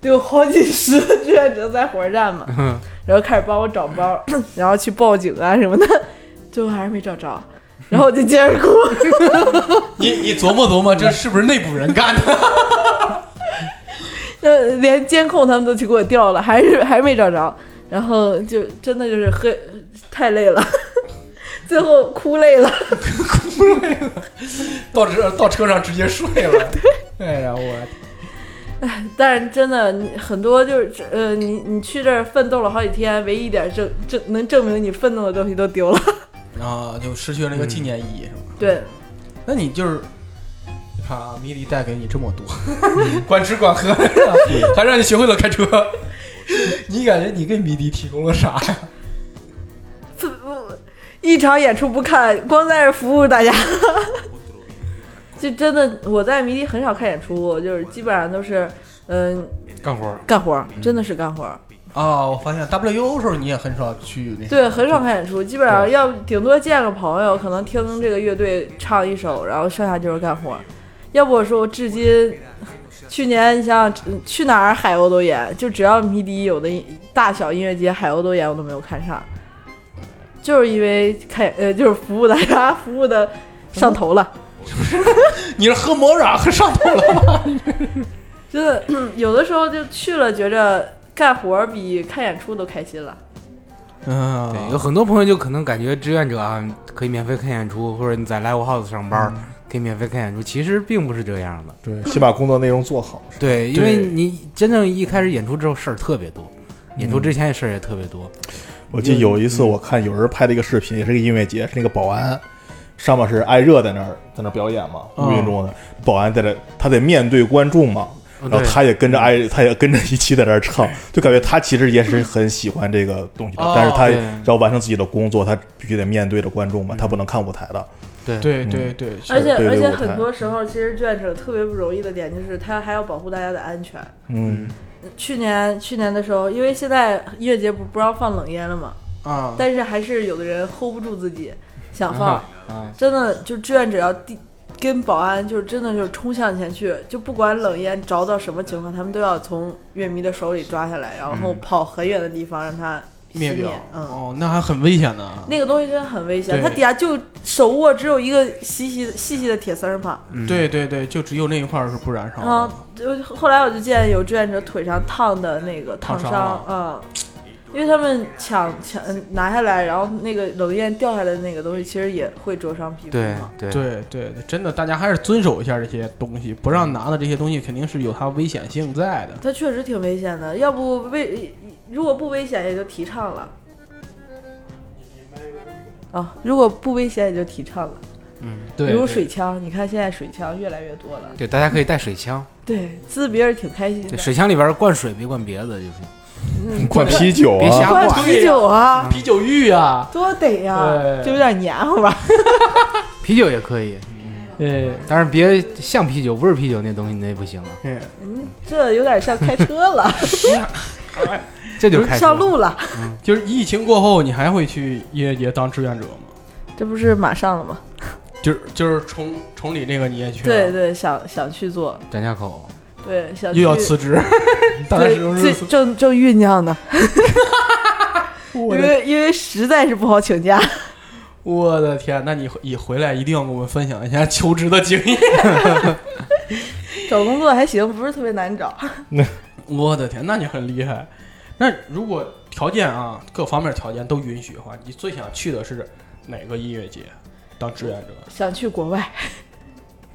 Speaker 4: 得有好几十个志愿者在火车站嘛，然后开始帮我找包， 然后去报警啊什么的，最后还是没找着，然后我就接着哭，
Speaker 1: 你你琢磨琢磨，这是不是内部人干的？
Speaker 4: 呃，连监控他们都去给我调了，还是还没找着，然后就真的就是喝太累了， 最后哭累了。
Speaker 1: 到车到车上直接睡了。 哎呀，我
Speaker 4: 但是真的，你很多就是呃，你你去这儿奋斗了好几天，唯一一点证证能证明你奋斗的东西都丢了。
Speaker 1: 啊，就失去了那个纪念意义，是吗？
Speaker 4: 对，
Speaker 1: 那你就是，你看啊，迷离带给你这么多，管吃管喝， 还让你学会了开车。 你感觉你给迷笛提供了啥呀？
Speaker 4: 一场演出不看，光在这服务大家。 就真的，我在迷笛很少看演出，就是基本上都是嗯、
Speaker 3: 干活儿，
Speaker 4: 干活儿，真的是干活儿。
Speaker 1: 啊，我发现 W U 时候你也很少去那啥
Speaker 4: 对，很少看演出，基本上要顶多见个朋友，可能听这个乐队唱一首，然后剩下就是干活。要不我说，我至今，去年你想想嗯去哪儿海鸥都演，就只要迷笛有的音大小音乐节海鸥都演，我都没有看上，就是因为看呃就是服务大家服务的上头了，
Speaker 1: 你是喝魔爪喝上头了吗？
Speaker 4: 真的有的时候就去了，觉着干活儿比看演出都开心了。
Speaker 3: 对，
Speaker 1: 嗯，
Speaker 3: 有很多朋友就可能感觉志愿者啊可以免费看演出，或者你在 Live House 上班儿
Speaker 1: 嗯
Speaker 3: 可以免费看演出，其实并不是这样的。
Speaker 2: 对，先把工作内容做好。
Speaker 3: 对，因为
Speaker 1: 对
Speaker 3: 你真正一开始演出之后事儿特别多，
Speaker 1: 嗯
Speaker 3: 演出之前事儿也特别多。
Speaker 2: 我记得有一
Speaker 3: 嗯
Speaker 2: 次我看有人拍的一个视频，也是一个音乐节，是那个保安，上
Speaker 3: 哦
Speaker 2: 面是艾热在那儿在那儿表演嘛，
Speaker 1: 嗯
Speaker 2: 乌云中的保安在这，他得面对观众嘛。
Speaker 1: 哦
Speaker 3: 嗯
Speaker 2: 然后
Speaker 3: 对
Speaker 2: 他也跟着挨，他也跟着一起在那儿唱，就感觉他其实也是很喜欢这个东西的
Speaker 1: 哦，
Speaker 2: 但是他
Speaker 3: 对嗯
Speaker 2: 要完成自己的工作，他必须得面对着观众嘛，他不能看舞台的。
Speaker 3: 对
Speaker 1: 对
Speaker 2: 嗯
Speaker 1: 对对，是
Speaker 4: 而且
Speaker 2: 对对
Speaker 4: 而且
Speaker 2: 我看
Speaker 4: 很多时候，其实志愿者特别不容易的点就是他还要保护大家的安全。
Speaker 2: 嗯，
Speaker 4: 去年去年的时候，因为现在音乐节不不让放冷烟了嘛，
Speaker 1: 啊，
Speaker 4: 但是还是有的人 hold 不住自己，想放，
Speaker 3: 啊啊
Speaker 4: 真的就志愿者要第跟保安就是真的就是冲向前去，就不管冷烟着到什么情况，他们都要从乐迷的手里抓下来，然后跑很远的地方让它熄
Speaker 1: 嗯灭掉，
Speaker 4: 嗯。
Speaker 1: 哦，那还很危险呢。
Speaker 4: 那个东西真的很危险，
Speaker 1: 对
Speaker 4: 它底下就手握只有一个细细细细的铁丝儿嘛，
Speaker 3: 嗯
Speaker 1: 对对对，就只有那一块儿是不燃烧
Speaker 4: 然后
Speaker 1: 的。
Speaker 4: 就后来我就见有志愿者腿上烫的那个烫
Speaker 1: 烫
Speaker 4: 伤，
Speaker 1: 伤
Speaker 4: 嗯，因为他们抢抢呃拿下来，然后那个冷焰掉下来的那个东西，其实也会灼伤皮肤
Speaker 3: 对
Speaker 4: 嘛。
Speaker 3: 对
Speaker 1: 对对，对真的，大家还是遵守一下这些东西，不让拿的这些东西肯定是有它危险性在的。
Speaker 4: 它确实挺危险的，要不危如果不危险也就提倡了。啊，如果不危险也就提倡了。
Speaker 1: 对，
Speaker 4: 比如
Speaker 1: 对
Speaker 4: 水枪，你看现在水枪越来越多了，
Speaker 3: 对，大家可以带水枪，
Speaker 4: 对，滋别人挺开心
Speaker 3: 对，
Speaker 4: 的。
Speaker 3: 水枪里边灌水别灌别的，就是
Speaker 4: 嗯，
Speaker 2: 灌啤酒
Speaker 3: 别瞎
Speaker 2: 啊，
Speaker 4: 灌
Speaker 3: 灌
Speaker 4: 啤酒啊，
Speaker 1: 啤酒浴啊，
Speaker 4: 多得呀、
Speaker 1: 对
Speaker 4: 就有点黏糊吧。
Speaker 3: 啤酒也可以，
Speaker 1: 对，
Speaker 3: 但是别像啤酒，不是啤酒那东西那不行啊了，
Speaker 1: 嗯
Speaker 4: 嗯，这有点像开车 了，
Speaker 3: 这就开始
Speaker 4: 上路了。
Speaker 1: 就是疫情过后，你还会去音乐节当志愿者吗？
Speaker 4: 这不是马上了吗？
Speaker 1: 就是就是崇崇礼这个你也去了，
Speaker 4: 对对，想想去做，
Speaker 3: 张家口，
Speaker 4: 对，想去
Speaker 1: 又要辞职， 大概
Speaker 4: 对
Speaker 1: 什么时
Speaker 4: 最
Speaker 1: 候辞职？
Speaker 4: 正正酝酿呢，
Speaker 1: 我
Speaker 4: 因
Speaker 1: 的
Speaker 4: 为因为实在是不好请假。
Speaker 1: 我的天，那你一回来一定要跟我们分享一下求职的经验。
Speaker 4: 找工作还行，不是特别难找。
Speaker 1: 我的天，那你很厉害。那如果条件啊，各方面条件都允许的话，你最想去的是哪个音乐节当志愿者？
Speaker 4: 想去国外，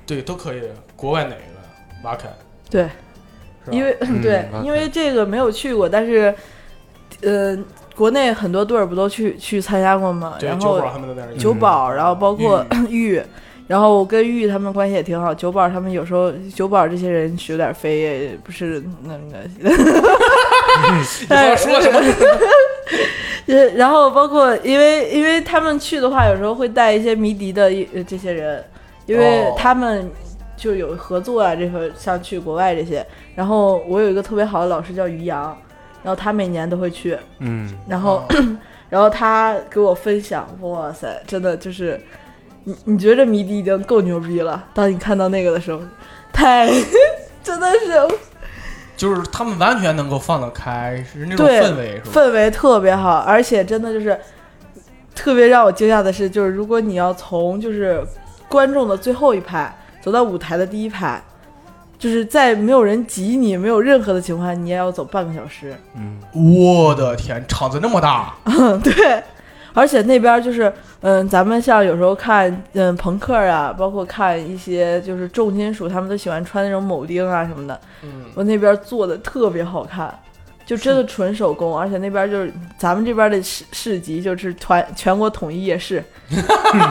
Speaker 1: 对，都可以，国外哪个？瓦肯
Speaker 4: 对，
Speaker 1: 是吧？
Speaker 4: 因为、
Speaker 3: 嗯
Speaker 4: 对，
Speaker 3: OK
Speaker 4: 因为这个没有去过，但是，呃，国内很多队儿不都去去参加过吗？
Speaker 1: 对
Speaker 4: 然
Speaker 1: 酒
Speaker 4: 后
Speaker 1: 保他们都在那儿。嗯
Speaker 4: 九宝，然后包括 玉，然后我跟玉他们关系也挺好。九宝他们有时候，九宝这些人有点飞，也不是那个。
Speaker 1: 你要说什么？
Speaker 4: 呃， 然后包括因为因为他们去的话，有时候会带一些迷笛的呃这些人，因为
Speaker 1: 哦
Speaker 4: 他们就有合作啊，这个像去国外这些。然后我有一个特别好的老师叫于洋，然后他每年都会去，
Speaker 3: 嗯，
Speaker 4: 然后、 然后他给我分享，哇塞，真的就是，你你觉得迷笛已经够牛逼了，当你看到那个的时候，太 真的是
Speaker 1: 就是他们完全能够放得开，是那种
Speaker 4: 对
Speaker 1: 氛围，是吧？
Speaker 4: 氛围特别好，而且真的就是特别让我惊讶的是，就是如果你要从就是观众的最后一排走到舞台的第一排，就是在没有人挤你、没有任何的情况下，你也要走半个小时。
Speaker 1: 我的天，场子那么大，
Speaker 4: 对，而且那边儿就是，嗯，咱们像有时候看，嗯，朋克啊，包括看一些就是重金属，他们都喜欢穿那种铆钉啊什么的。
Speaker 1: 嗯，
Speaker 4: 我那边儿做的特别好看，就真的纯手工，而且那边儿就是咱们这边儿的市市集，就是团全国统一夜市，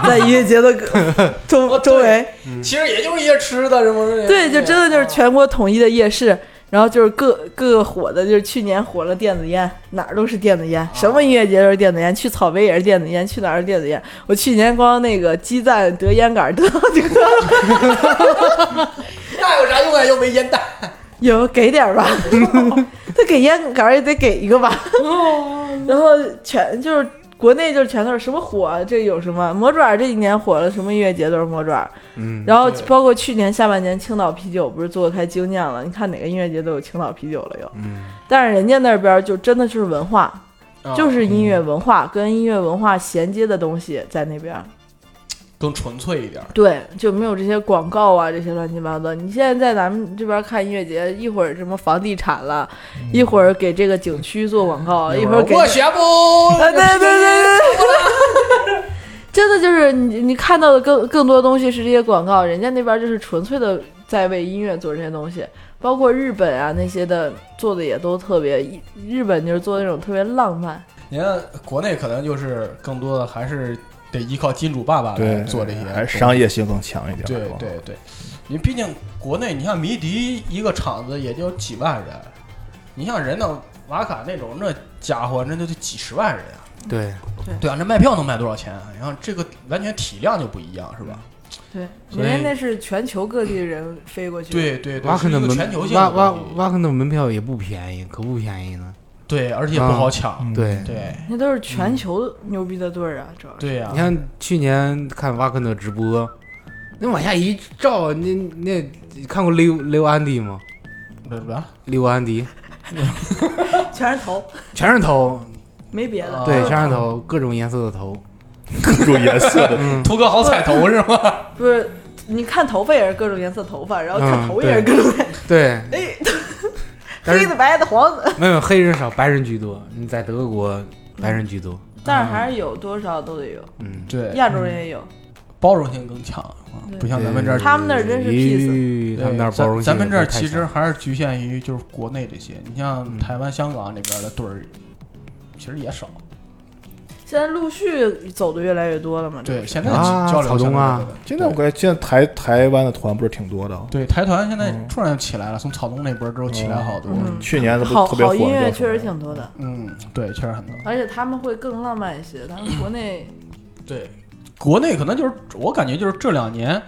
Speaker 4: 在音乐节的各周周围，
Speaker 1: 其实也就是一些吃的什么的。
Speaker 4: 对，哦就真的就是全国统一的夜市。然后就是各各个火的，就是去年火了电子烟，哪儿都是电子烟，什么音乐节都是电子烟，去草莓也是电子烟，去哪儿都是电子烟。我去年光那个鸡蛋得烟杆儿得这个
Speaker 1: 那有啥用啊？又没烟弹。
Speaker 4: 有给点 儿吧，他给烟杆儿也得给一个吧。然后全就是国内就是全都是什么火，啊这有什么魔爪儿这几年火了，什么音乐节都是魔爪。嗯，然后
Speaker 1: 对
Speaker 4: 包括去年下半年青岛啤酒不是做开精酿了，你看哪个音乐节都有青岛啤酒了又。嗯，哦但是人家那边儿就真的就是文化，就
Speaker 1: 啊
Speaker 4: 是音乐文化跟音乐文化衔接的东西在那边儿。
Speaker 1: 更纯粹一点儿，
Speaker 4: 对，就没有这些广告啊，这些乱七八糟。你现在在咱们这边看音乐节，一会儿什么房地产了，一会儿给这个景区做广
Speaker 1: 嗯
Speaker 4: 告，哦一会儿给
Speaker 1: 我学不
Speaker 4: 啊，对对对对对， 真的就是你你看到的更更多东西是这些广告，人家那边就是纯粹的在为音乐做这些东西，包括日本啊那些的做的也都特别，一日本就是做那种特别浪漫，
Speaker 1: 你看国内可能就是更多的还是得依靠金主爸爸来
Speaker 2: 对，
Speaker 1: 做这些
Speaker 2: 还
Speaker 1: 东西
Speaker 2: 是商业性更强一点。
Speaker 1: 对
Speaker 2: 是吧
Speaker 1: 对对，你毕竟国内，你像迷笛一个厂子也就几万人，你像人呢瓦卡那种，那家伙那就得几十万人啊。
Speaker 3: 对，
Speaker 1: 对啊，那卖票能卖多少钱啊？然后这个完全体量就不一样，是吧？
Speaker 4: 对，
Speaker 1: 所以
Speaker 4: 人家那是全球各地人飞过去，，
Speaker 1: 对对对，
Speaker 3: 瓦
Speaker 1: 是
Speaker 3: 肯
Speaker 1: 一
Speaker 3: 的
Speaker 1: 个
Speaker 3: 门
Speaker 1: 全球性的
Speaker 3: 瓦瓦
Speaker 1: 东西
Speaker 3: 瓦肯的门票也不便宜，可不便宜呢。
Speaker 1: 对，而且也不好抢。
Speaker 2: 嗯
Speaker 3: 对，
Speaker 1: 对
Speaker 4: 那都是全球牛逼的队儿啊，主要是。
Speaker 1: 对呀、
Speaker 3: 你看去年看瓦肯的直播，那往下一照，那那看过溜溜安迪吗？
Speaker 1: 对吧？
Speaker 3: 溜安迪
Speaker 4: 全是头，
Speaker 3: 全是头，
Speaker 4: 没别的。
Speaker 1: 啊
Speaker 3: 对，全是头，各种颜色的 头。
Speaker 2: 各种颜色 的，
Speaker 3: 嗯
Speaker 1: 图个好彩头是吗？
Speaker 4: 不是，你看头发也是各种颜色头发，然后看
Speaker 3: 嗯
Speaker 4: 头也是各种颜色，
Speaker 3: 对，
Speaker 4: 哎，
Speaker 3: 但
Speaker 4: 黑
Speaker 3: 是
Speaker 4: 的、白的、黄的。
Speaker 3: 没有黑人少，白人居多。你在德国，白人居多。
Speaker 4: 但是还是有多少都得有，
Speaker 3: 嗯，
Speaker 1: 对，
Speaker 4: 亚洲人也有。
Speaker 1: 包容性更强，啊
Speaker 4: 对
Speaker 1: 不像咱们这儿
Speaker 4: 对。他们那儿真是 peace
Speaker 3: 咦哎他们那儿包容性
Speaker 1: 咱咱们这儿
Speaker 3: 太
Speaker 1: 其实
Speaker 3: 强
Speaker 1: 还是局限于就是国内这些，你像
Speaker 3: 嗯
Speaker 1: 台湾、香港那边的队儿，其实也少。
Speaker 4: 现在陆续走的越来越多了嘛。这
Speaker 1: 对，
Speaker 4: 不是
Speaker 1: 现在
Speaker 3: 啊
Speaker 1: 交流
Speaker 3: 草东啊
Speaker 1: 相对
Speaker 2: 现在我感觉现在台台湾的团不是挺多的啊，
Speaker 1: 对台团现在
Speaker 2: 嗯
Speaker 1: 突然起来了，从草东那波之后起来好多。
Speaker 4: 嗯
Speaker 2: 去年的不
Speaker 4: 好
Speaker 2: 特别
Speaker 4: 好
Speaker 2: 火，
Speaker 4: 音乐
Speaker 2: 叫
Speaker 4: 确实
Speaker 2: 什么
Speaker 4: 挺多的，
Speaker 1: 嗯，对，确实很多。
Speaker 4: 而且他们会更浪漫一些。咱们国内
Speaker 1: 对，国内可能就是我感觉就是这两年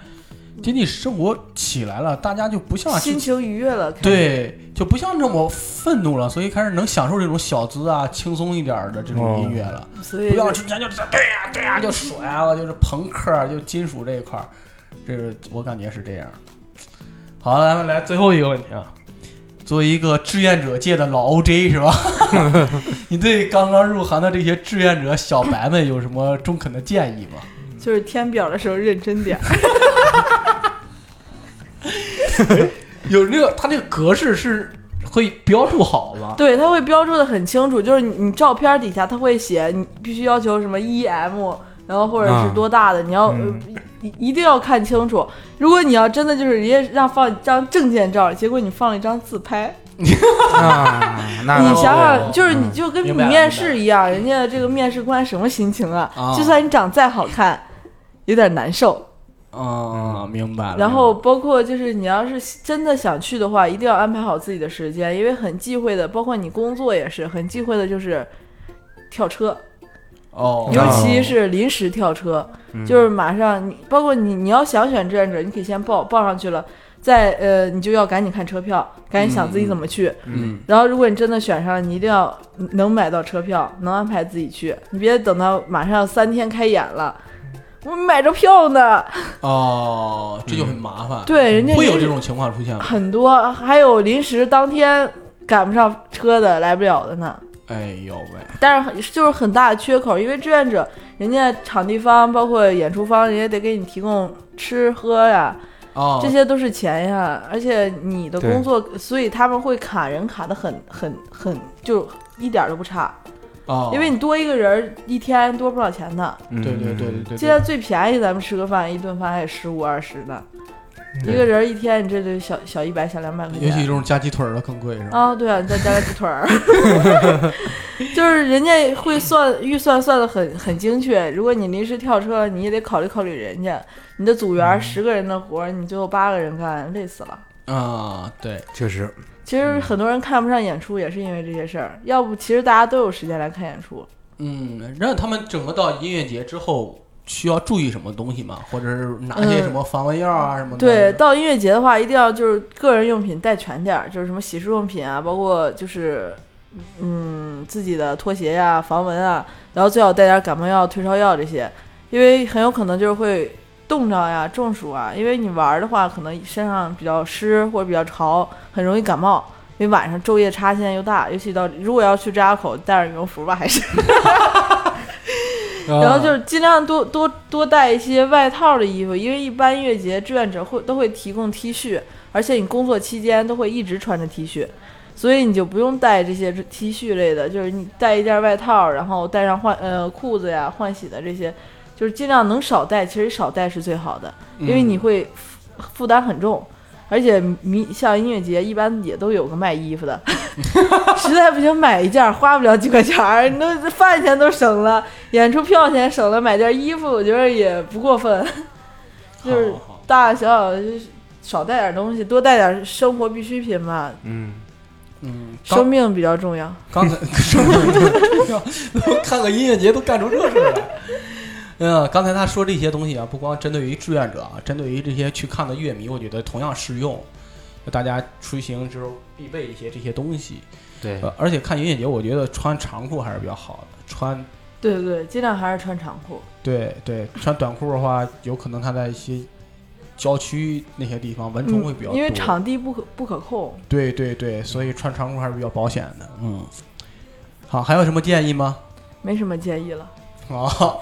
Speaker 1: 经济生活起来了，大家就不像
Speaker 4: 心情愉悦了，开始，
Speaker 1: 对，就不像这么愤怒了，所以开始能享受这种小资啊、轻松一点儿的这种音乐了。
Speaker 4: 所以
Speaker 1: 不像
Speaker 4: 就
Speaker 1: 之前就是对呀、对呀、就甩了，就是朋克儿，就金属这一块儿，这个我感觉是这样。好，咱们来最后一个问题啊。作为一个志愿者界的老 OJ 是吧？你对刚刚入行的这些志愿者小白们有什么中肯的建议吗？
Speaker 4: 就是填表的时候认真点儿。
Speaker 1: 有那个，他这个格式是会标注好吗？
Speaker 4: 对，他会标注的很清楚，就是你你照片底下他会写你必须要求什么 EM，然后或者是
Speaker 3: 啊
Speaker 4: 多大的，你要、
Speaker 2: 嗯
Speaker 4: 呃一一定要看清楚。如果你要真的就是人家让放一张证件照，结果你放了一张自拍，
Speaker 3: 啊，那
Speaker 4: 你
Speaker 1: 哦
Speaker 4: 想想，就是你
Speaker 3: 嗯
Speaker 4: 就跟你
Speaker 1: 明白了
Speaker 4: 面试一样，人家这个面试官什么心情啊？
Speaker 1: 啊
Speaker 4: 就算你长再好看，有点难受。
Speaker 1: 嗯，明白了。
Speaker 4: 然后包括就是你要是真的想去的话，一定要安排好自己的时间，因为很忌讳的，包括你工作也是很忌讳的，就是跳车，
Speaker 1: 哦，嗯
Speaker 4: 尤其是临时跳车，就是马上你包括你你要想选志愿者，你可以先报报上去了，再呃你就要赶紧看车票，赶紧想自己怎么去。
Speaker 1: 嗯
Speaker 4: 然后如果你真的选上，你一定要能买到车票，能安排自己去，你别等到马上三天开演了。我买着票呢，
Speaker 1: 哦，这就很麻烦。
Speaker 4: 对，人家
Speaker 1: 会有
Speaker 4: 临
Speaker 1: 这种情况出现吗？
Speaker 4: 很多，还有临时当天赶不上车的、来不了的呢。
Speaker 1: 哎呦喂，
Speaker 4: 但是很就是很大的缺口，因为志愿者人家场地方包括演出方，人家得给你提供吃喝呀，
Speaker 1: 哦，
Speaker 4: 这些都是钱呀。而且你的
Speaker 3: 对
Speaker 4: 工作，所以他们会卡人卡的很很很，就一点儿都不差，
Speaker 1: 哦，
Speaker 4: 因为你多一个人儿一天多不少钱呢。
Speaker 3: 嗯
Speaker 1: 对对对对对，
Speaker 4: 现在最便宜，咱们吃个饭，一顿饭还得十五二十呢，一个人儿一天你这就小小一百小两百块
Speaker 1: 对
Speaker 4: 钱。
Speaker 1: 尤其这种加鸡腿儿的更贵是吧？
Speaker 4: 啊、对啊，你再加个鸡腿儿， 就是人家会算预算算的很很精确。如果你临时跳车，你也得考虑考虑人家。你的组员十个人的活儿，你最后八个人干，累死了。
Speaker 1: 啊，对，
Speaker 3: 确实，
Speaker 4: 其实很多人看不上演出，也是因为这些事儿。要不，其实大家都有时间来看演出。
Speaker 1: 嗯，让他们整个到音乐节之后。需要注意什么东西吗？或者是拿些什么防蚊药啊什么的？
Speaker 4: 嗯对，到音乐节的话，一定要就是个人用品带全点儿，就是什么洗漱用品啊，包括就是嗯自己的拖鞋呀、防蚊啊，然后最好带点感冒药、退烧药这些，因为很有可能就是会冻着呀、中暑啊，因为你玩儿的话，可能身上比较湿或者比较潮，很容易感冒。因为晚上昼夜差现在又大，尤其到如果要去张家口，带着羽绒服吧，还是。
Speaker 1: 啊，
Speaker 3: 嗯
Speaker 4: 然后就是尽量多多多带一些外套的衣服，因为一般音乐节志愿者会都会提供 T 恤，而且你工作期间都会一直穿着 T 恤，所以你就不用带这些 T 恤类的，就是你带一件外套，然后带上换呃裤子呀、换洗的这些，就是尽量能少带，其实少带是最好的，因为你会负负担很重。而且迷像音乐节一般也都有个卖衣服的， 实在不行买一件，花不了几块钱儿，你都饭钱都省了，演出票钱省 了，买件衣服我觉得也不过分，就是
Speaker 1: 好好
Speaker 4: 大大小小就是少带点东西，多带点生活必需品吧。
Speaker 3: 嗯，
Speaker 1: 嗯，
Speaker 4: 生
Speaker 1: 刚
Speaker 4: 命比较重要。
Speaker 1: 刚才看个音乐节都干出这事儿来。嗯，刚才他说这些东西啊，不光针对于志愿者啊，针对于这些去看的乐迷，我觉得同样适用。大家出行之后必备一些这些东西，
Speaker 3: 对，
Speaker 1: 呃，而且看音乐节，我觉得穿长裤还是比较好的。穿
Speaker 4: 对对对，尽量还是穿长裤。
Speaker 1: 对对，穿短裤的话，有可能他在一些郊区那些地方蚊虫会比较多，
Speaker 4: 嗯因为场地不可不可控。
Speaker 1: 对对对，所以穿长裤还是比较保险的。嗯，好，还有什么建议吗？
Speaker 4: 没什么建议了，
Speaker 1: 哦，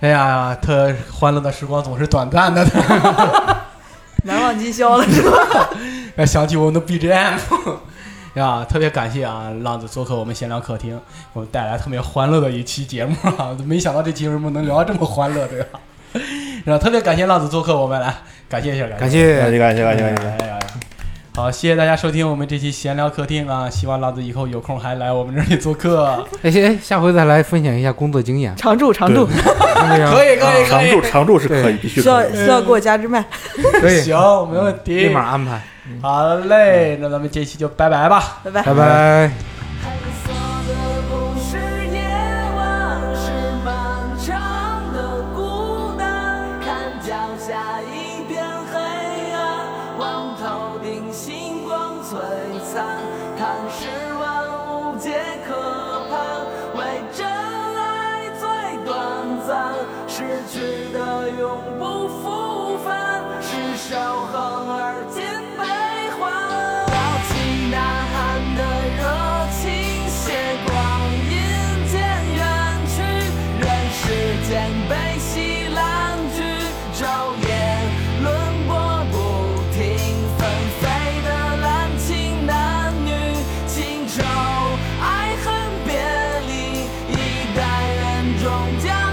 Speaker 1: 哎呀，特欢乐的时光总是短暂的。
Speaker 4: 难忘今宵了是吧？，
Speaker 1: 哎想起我们的 BGM 呀，特别感谢啊，浪子做客我们闲聊客厅，给我们带来特别欢乐的一期节目啊！ 没想到这期节目能聊到这么欢乐，对吧？ 然后特别感谢浪子做客我们，来感谢一下，感谢。
Speaker 3: 感谢
Speaker 2: 感谢感谢感谢感谢。
Speaker 1: 哎呀，好，谢谢大家收听我们这期闲聊客厅啊！希望浪子以后有空还来我们这里做客。
Speaker 3: 哎哎，下回再来分享一下工作经 验
Speaker 4: 常驻常驻，
Speaker 3: 可
Speaker 1: 以可以
Speaker 2: 啊常驻常驻是可以，必须
Speaker 4: 需要
Speaker 2: 可以。
Speaker 4: 需要给我加支麦。
Speaker 3: 可以，
Speaker 1: 行，没问题。
Speaker 3: 嗯立马安排，
Speaker 1: 好嘞，那咱们这期就拜拜吧。
Speaker 4: 拜拜
Speaker 3: 拜。拜。
Speaker 5: 探索的不是夜晚，是漫长的孤单。看脚下一片黑暗，望头顶星光璀璨。看世万物皆可盼，为真爱最短暂。失去的永不复返，是守恒而今悲欢。高起呐喊的热情，携光阴渐远去，任时间被吸烂去，昼夜轮播不停，纷飞的滥情男女情仇，爱恨别离，一代人终将。